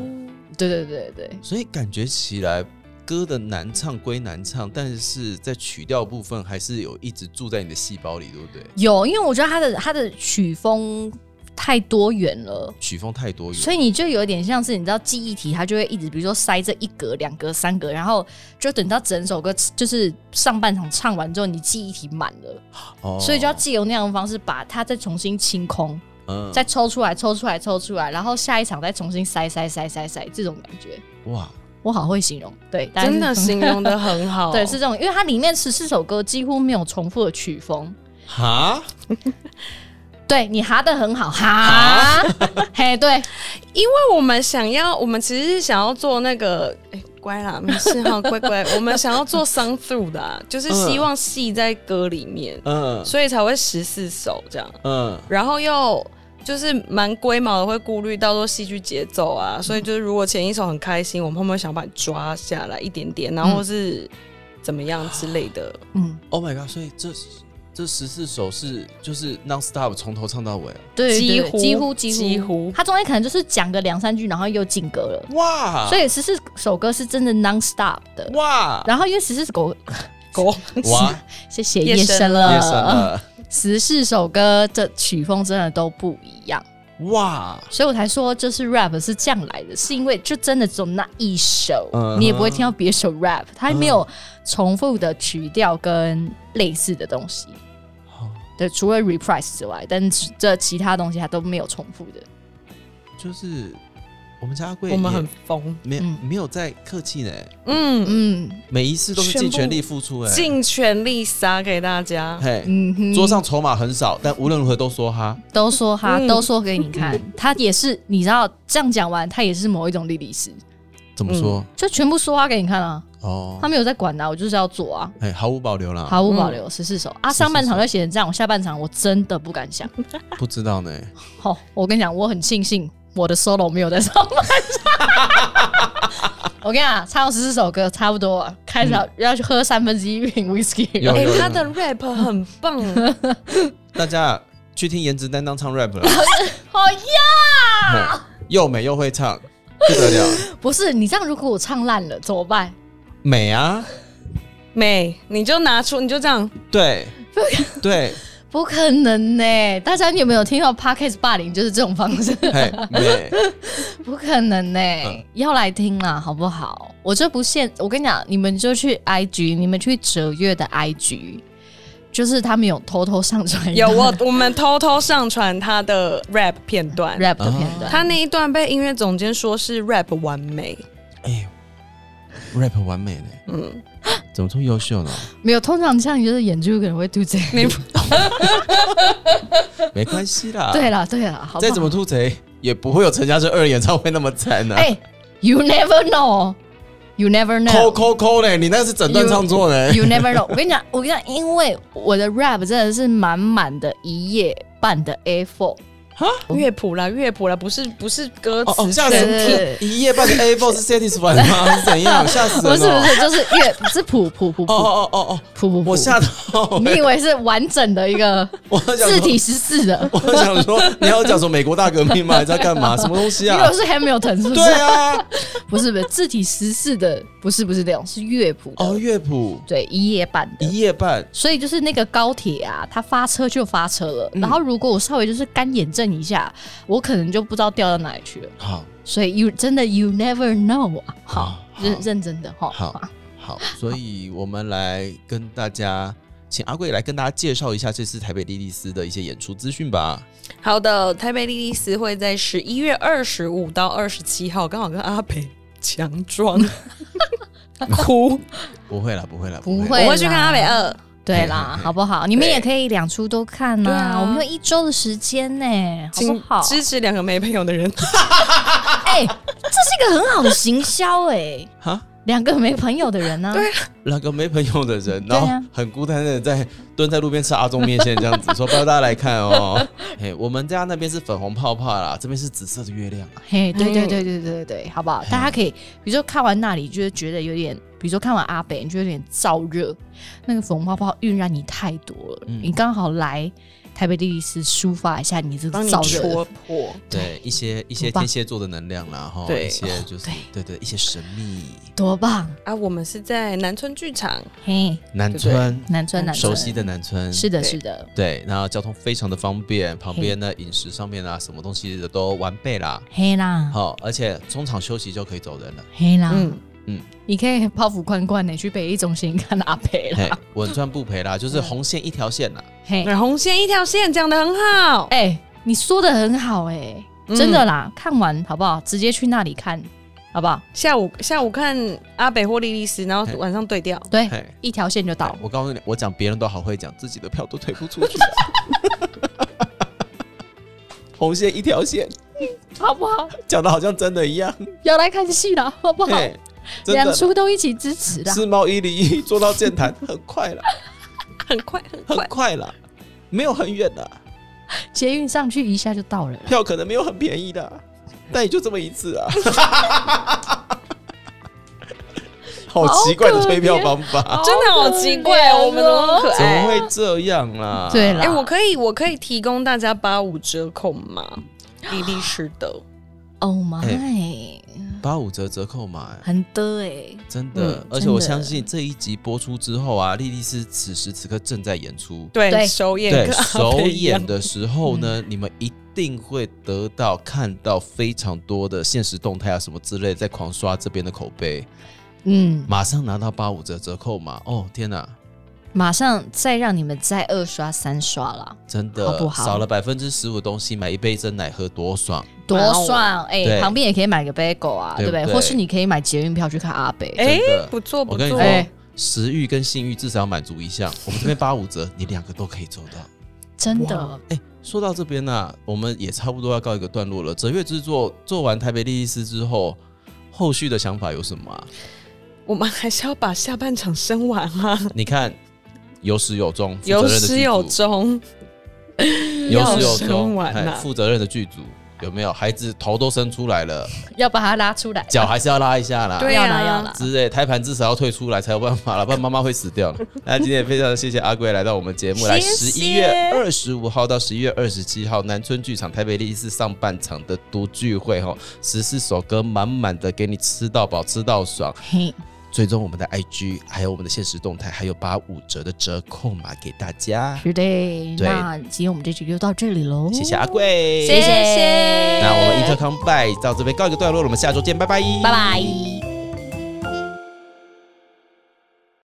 A: 对对对对，
B: 所以感觉起来歌的难唱归难唱，但是在曲调部分还是有一直住在你的细胞里，对不对？
A: 有，因为我觉得他的他的曲风太多元了。
B: 曲风太多元，
A: 所以你就有点像是你知道记忆体，它就会一直比如说塞这一格、两格、三格，然后就等到整首歌就是上半场唱完之后，你记忆体满了，
B: 哦
A: 所以就要借由那样的方式把它再重新清空，
B: 嗯
A: 再抽出来、抽出来、抽出来，然后下一场再重新塞塞塞塞塞，这种感觉
B: 哇，
A: 我好会形容，对，大概是
C: 真的哦形容的很好，
A: 对是这种，因为它里面十四首歌几乎没有重复的曲风。
B: 哈，
A: 对你哈的很好，
B: 啊
A: 哈， <laughs> 嘿，对，
C: 因为我们想要，我们其实是想要做那个，哎、
A: <laughs>
C: 乖啦，没事哈，乖乖，我们想要做 song through 的、啊，就是希望戏在歌里面，
B: 嗯
C: 所以才会十四首这样，
B: 嗯，
C: 然后又。就是蛮龟毛的，会顾虑到说戏剧节奏
A: 嗯
C: 啊，所以就是如果前一首很开心，我们会不会想把你抓下来一点点，然后或是怎么样之类的？
A: 嗯，
B: Oh my god！所以这这十四首是就是 non stop 从头唱到尾，
A: 对，
C: 几
A: 对
C: 乎
A: 几乎几乎
C: 几
A: <laughs>
C: 乎
A: 他中间可能就是讲个两三句，然后又进歌了。
B: 哇！
A: 所以十四首歌是真的 non stop 的。
B: 哇
A: 然后因为十四首歌，
C: 狗
B: 哇呃
A: 谢谢
C: 夜
A: 夜深
C: 深
A: 了，
B: 夜深了
A: 呃十四首歌这曲风真的都不一样，
B: 哇！
A: 所以我才说就是 rap 是这样来的，是因为就真的只有那一首，
B: 嗯哼
A: 你也不会听到别首 rap，它没有重复的曲调跟类似的东西。
B: 好
A: 对，除了 reprise 之外，但是这其他东西它都没有重复的。
B: 就是我们家贵，
C: 我们很疯，
B: 没有
A: 嗯
B: 没有在客气呢，
C: 嗯，
A: 嗯
B: 每一次都是尽全力付出哎，
C: 尽全力撒给大家，
B: 嘿，
A: 嗯哼，
B: 桌上筹码很少，但无论如何都说哈，
A: 都说哈，
C: 嗯
A: 都说给你
B: <laughs>
A: 看，他也是，你知道这样讲完，他也是某一种莉莉丝，
B: 怎么说
A: 就全部说花给你看啊，
B: 哦
A: 他？没有在管的、啊，我就是要做啊，
B: 哎，毫无保留啦，
A: 毫无保留，十四首啊，
B: 14
A: 上半场
B: 首
A: 就写成 <laughs> 这样，我下半场我真的不敢想。
B: 不知道呢，
A: 好、我跟你讲，我很庆幸我的 solo 没有在上半场。 <laughs> 我跟你讲，唱到十四首歌差不多了，开始要、要去喝三分之一瓶 whisky
B: 有
A: 了。
C: 哎、
B: 有
C: 他
B: 有
C: 的 rap 很棒，
B: 大家去听颜值担当唱 rap 了，
A: <laughs> <laughs> 好呀，
B: 嘿又美又会唱，不得了，
A: 不是你这样，如果我唱烂了怎么办？
B: 美啊，
C: 美，你就拿出，你就这样，
B: 对对，
A: 不可能呢、大家你有没有听到 podcast 霸凌就是这种方式？
B: 嘿，美。
A: 不可能呢、
B: 嗯
A: 要来听啦，好不好？我这不限，我跟你讲，你们就去 IG，你们去折月的 IG，就是他们有偷偷上传一
C: 有
A: 段
C: 我，我们偷偷上传他的 rap 片段。
A: rap
B: 啊
A: 的片段，
C: 他那一段被音乐总监说是 rap 完美，
B: 哎、r a p 完美呢？
C: 嗯，
B: 怎么这么优秀呢？
A: 没有。通常像你就是演出可能会吐这
C: 你
A: 个。
B: <laughs> 没关系啦，
A: 对，啦，对啦，好不好
B: 再怎么吐贼也不会有陈嘉生二演唱会那么惨呢、啊。
A: 哎、y o u never know，You never
B: 抠
A: know。
B: 抠抠嘞！你那是整段唱错嘞。
A: <laughs> You never know，我跟你讲，我跟你讲，因为我的 rap 真的是满满的一页半的 A4，
C: 乐谱啦，乐谱啦，不是不是歌
B: 哦哦，
C: 词
B: 吓
C: 整
B: 死
A: 对
C: 体，
A: 对
B: 我！一夜半的 A4 是 satisfied 吗？是怎样？吓死
A: 不
B: 人
A: 是不
B: 了！
A: 是，就是乐是谱谱谱
B: 哦
A: 谱
B: 哦哦哦
A: 谱谱
B: 哦，我吓
A: <laughs>
B: 到！
A: 你以为是完整的一个
B: <laughs> 我想说
A: 字体十四的？
B: 我想说，你要讲说美国大革命吗？你在干嘛？什么东西
A: 因为
B: 啊
A: 我？是 Hamilton，是不
B: 对
A: 是？
B: 啊，
A: 不是不是字体十四的，不是不是那种，是乐谱的，
B: 哦，乐谱
A: 对一页版的。
B: 一夜半，
A: 所以就是那个高铁啊，它发车就发车了。
B: 嗯
A: 然后如果我稍微就是干眼症一下，我可能就不知道掉到哪里去了。
B: 好
A: 所以 you 真的 you never know 啊，好
B: 好
A: 认认真的哈。
B: 好好，所以我们来跟大家请阿贵来跟大家介绍一下这次台北莉莉丝的一些演出资讯吧。
C: 好的，台北莉莉丝会在十一月二十五到二十七号，刚好跟阿北强壮哭，
B: 不会啦，不会啦，
A: 不
B: 会
A: 会
B: 啦。
C: <laughs> 我会去看阿北呃二。
A: 对
B: <laughs>
A: 啦，好不好？你们也可以两出都看呐、
C: 对啊
A: 我们有一周的时间呢、好不
C: 请
A: 好？
C: 支持两个没朋友的人，
A: 哎、这是一个很好的行销哎、
B: 哈，
A: 两个没朋友的人呢、对
B: 两个没朋友的人，
A: 对啊
B: 然后很孤单的在蹲在路边吃阿中面线这样子，说拜托大家来看
A: <laughs>
B: 哦。嘿，我们家那边是粉红泡泡啦，这边是紫色的月亮。啊
A: 嘿，对对对对对对，好不好？大家可以，比如说看完那里，就是觉得有点，比如说看完阿北，你就有点燥热，那个粉红泡泡晕染你太多了，
B: 嗯
A: 你刚好来台北地理师抒发一下你这个
C: 帮你
A: 燥热
C: 戳破。
B: 对，一些一些
A: 多棒哦
B: 天蝎座的能量啦，哈，
C: 对
B: 一些就是对对一些神秘
A: 多棒！
C: 啊，我们是在南村剧场，
A: 嘿，
B: 南村
A: 南村南村
B: 熟悉的南村
A: 是的，
C: 对
A: 是的，
B: 对，然后交通非常的方便，旁边呢饮食上面啊，什么东西的都完备啦。
A: 嘿啦，
B: 好，而且中场休息就可以走人了。
A: 嘿嗯啦，
C: 嗯，
A: 你可以泡芙罐罐的去北艺中心看阿北
B: 嘿
A: 啦，，
B: 稳赚不赔啦，就是红线一条线啦。
A: 嘿，
C: 然后哎红线一条线讲的很好，
A: 哎、你说的很好哎、
C: 嗯
A: 真的啦，看完好不好？直接去那里看，好不好？
C: 下午下午看阿北或莉莉丝，然后
B: 嘿
C: 晚上对调。
A: 对，
B: 嘿，
A: 一条线就到
B: 我告诉你，我讲别人都好会讲，自己的票都推不出去。红线一条线，
A: 好不好？
B: 讲的好像真的一样。
A: 要来看戏啦，好不好？
B: 嘿，真
A: 两
B: 的
A: 出都一起支持啦。
B: 世贸一零一做到健谈，很快了，
C: 很快很
B: 很
C: 快，
B: 快了，没有很远的，
A: 捷运上去一下就到了啦。
B: 票可能没有很便宜的，但也就这么一次啊。好奇怪的推票方法，
C: 真的好奇怪，
A: 好可怜哦
C: 我们怎么那么可
B: 怎么
C: 爱？
B: 会这样啊啦？
A: 对啦，
C: 哎、我可以我可以提供大家八五折扣吗？莉莉丝的，
A: Oh my，、
B: 八五折折扣码、哎
A: 很的哎、
B: 真的，
C: 嗯
B: 而且我
A: 真的
B: 相信这一集播出之后啊，莉莉丝此时此刻正在演出。
C: 对，
A: 对
C: 首演
B: 对
C: 跟阿
B: 首
C: 北一样嗯
B: 演的时候呢，你们一定会得到看到非常多的现实动态啊什么之类，在狂刷这边的口碑，
A: 嗯，
B: 马上拿到八五折折扣码。哦天哪，
A: 马上再让你们再二刷三刷啦，
B: 真的
A: 好不好
B: 少了百分之十五的东西，买一杯真奶喝多爽。
A: 多
C: 哇哦
A: 爽！哎、
B: 对
A: 旁边也可以买个 bagel 啊，对
B: 对
A: 不对？
B: 不对
A: 或是你可以买捷运票去看阿北。
C: 哎、
B: 真的
C: 不错
B: 我
C: 不
B: 跟你
C: 错，
B: 说，
A: 哎
B: 食欲跟性欲至少要满足一项，我们这边八五折，你两个都可以做到。
A: 真的，
B: 哎、说到这边呢、我们也差不多要告一个段落了。折月之作做完台北莉莉丝之后，后续的想法有什么
C: <laughs>
B: 啊？
C: 我们还是要把下半场生完啊，
B: 你看，有始有终，负责
C: 有
B: 任的
C: 始
B: 剧
C: 有
B: 组
C: 终，
B: 有
C: 要
B: 始有
C: 生
B: 终，
C: 完
B: 哎
C: 啊
B: 负责任的剧组有没有？孩子头都伸出来了，
A: 要把它拉出来。
B: 脚还是要拉一下啦。
C: 对
A: 要
C: 啊
A: 啦要啦，
B: 之类，胎盘至少要退出来才有办法了，不然妈妈会死掉了。那今天也非常谢谢阿贵来到我们节目，来
C: 谢
B: 十一
C: 谢
B: 月二十五号到十一月二十七号南村剧场台北丽是上半场的独聚会哈，十四首歌满满的给你吃到饱吃到爽。
A: 嘿，
B: 追踪我们的 IG，还有我们的现实动态，还有八五折的折扣码给大家。
A: 是的。
B: 对
A: 那今天我们这集就到这里喽，
B: 谢谢阿贵，
A: 谢谢
B: 那我们 Intercom by 到这边告一个段落了，我们下周见，拜拜，
A: 拜拜。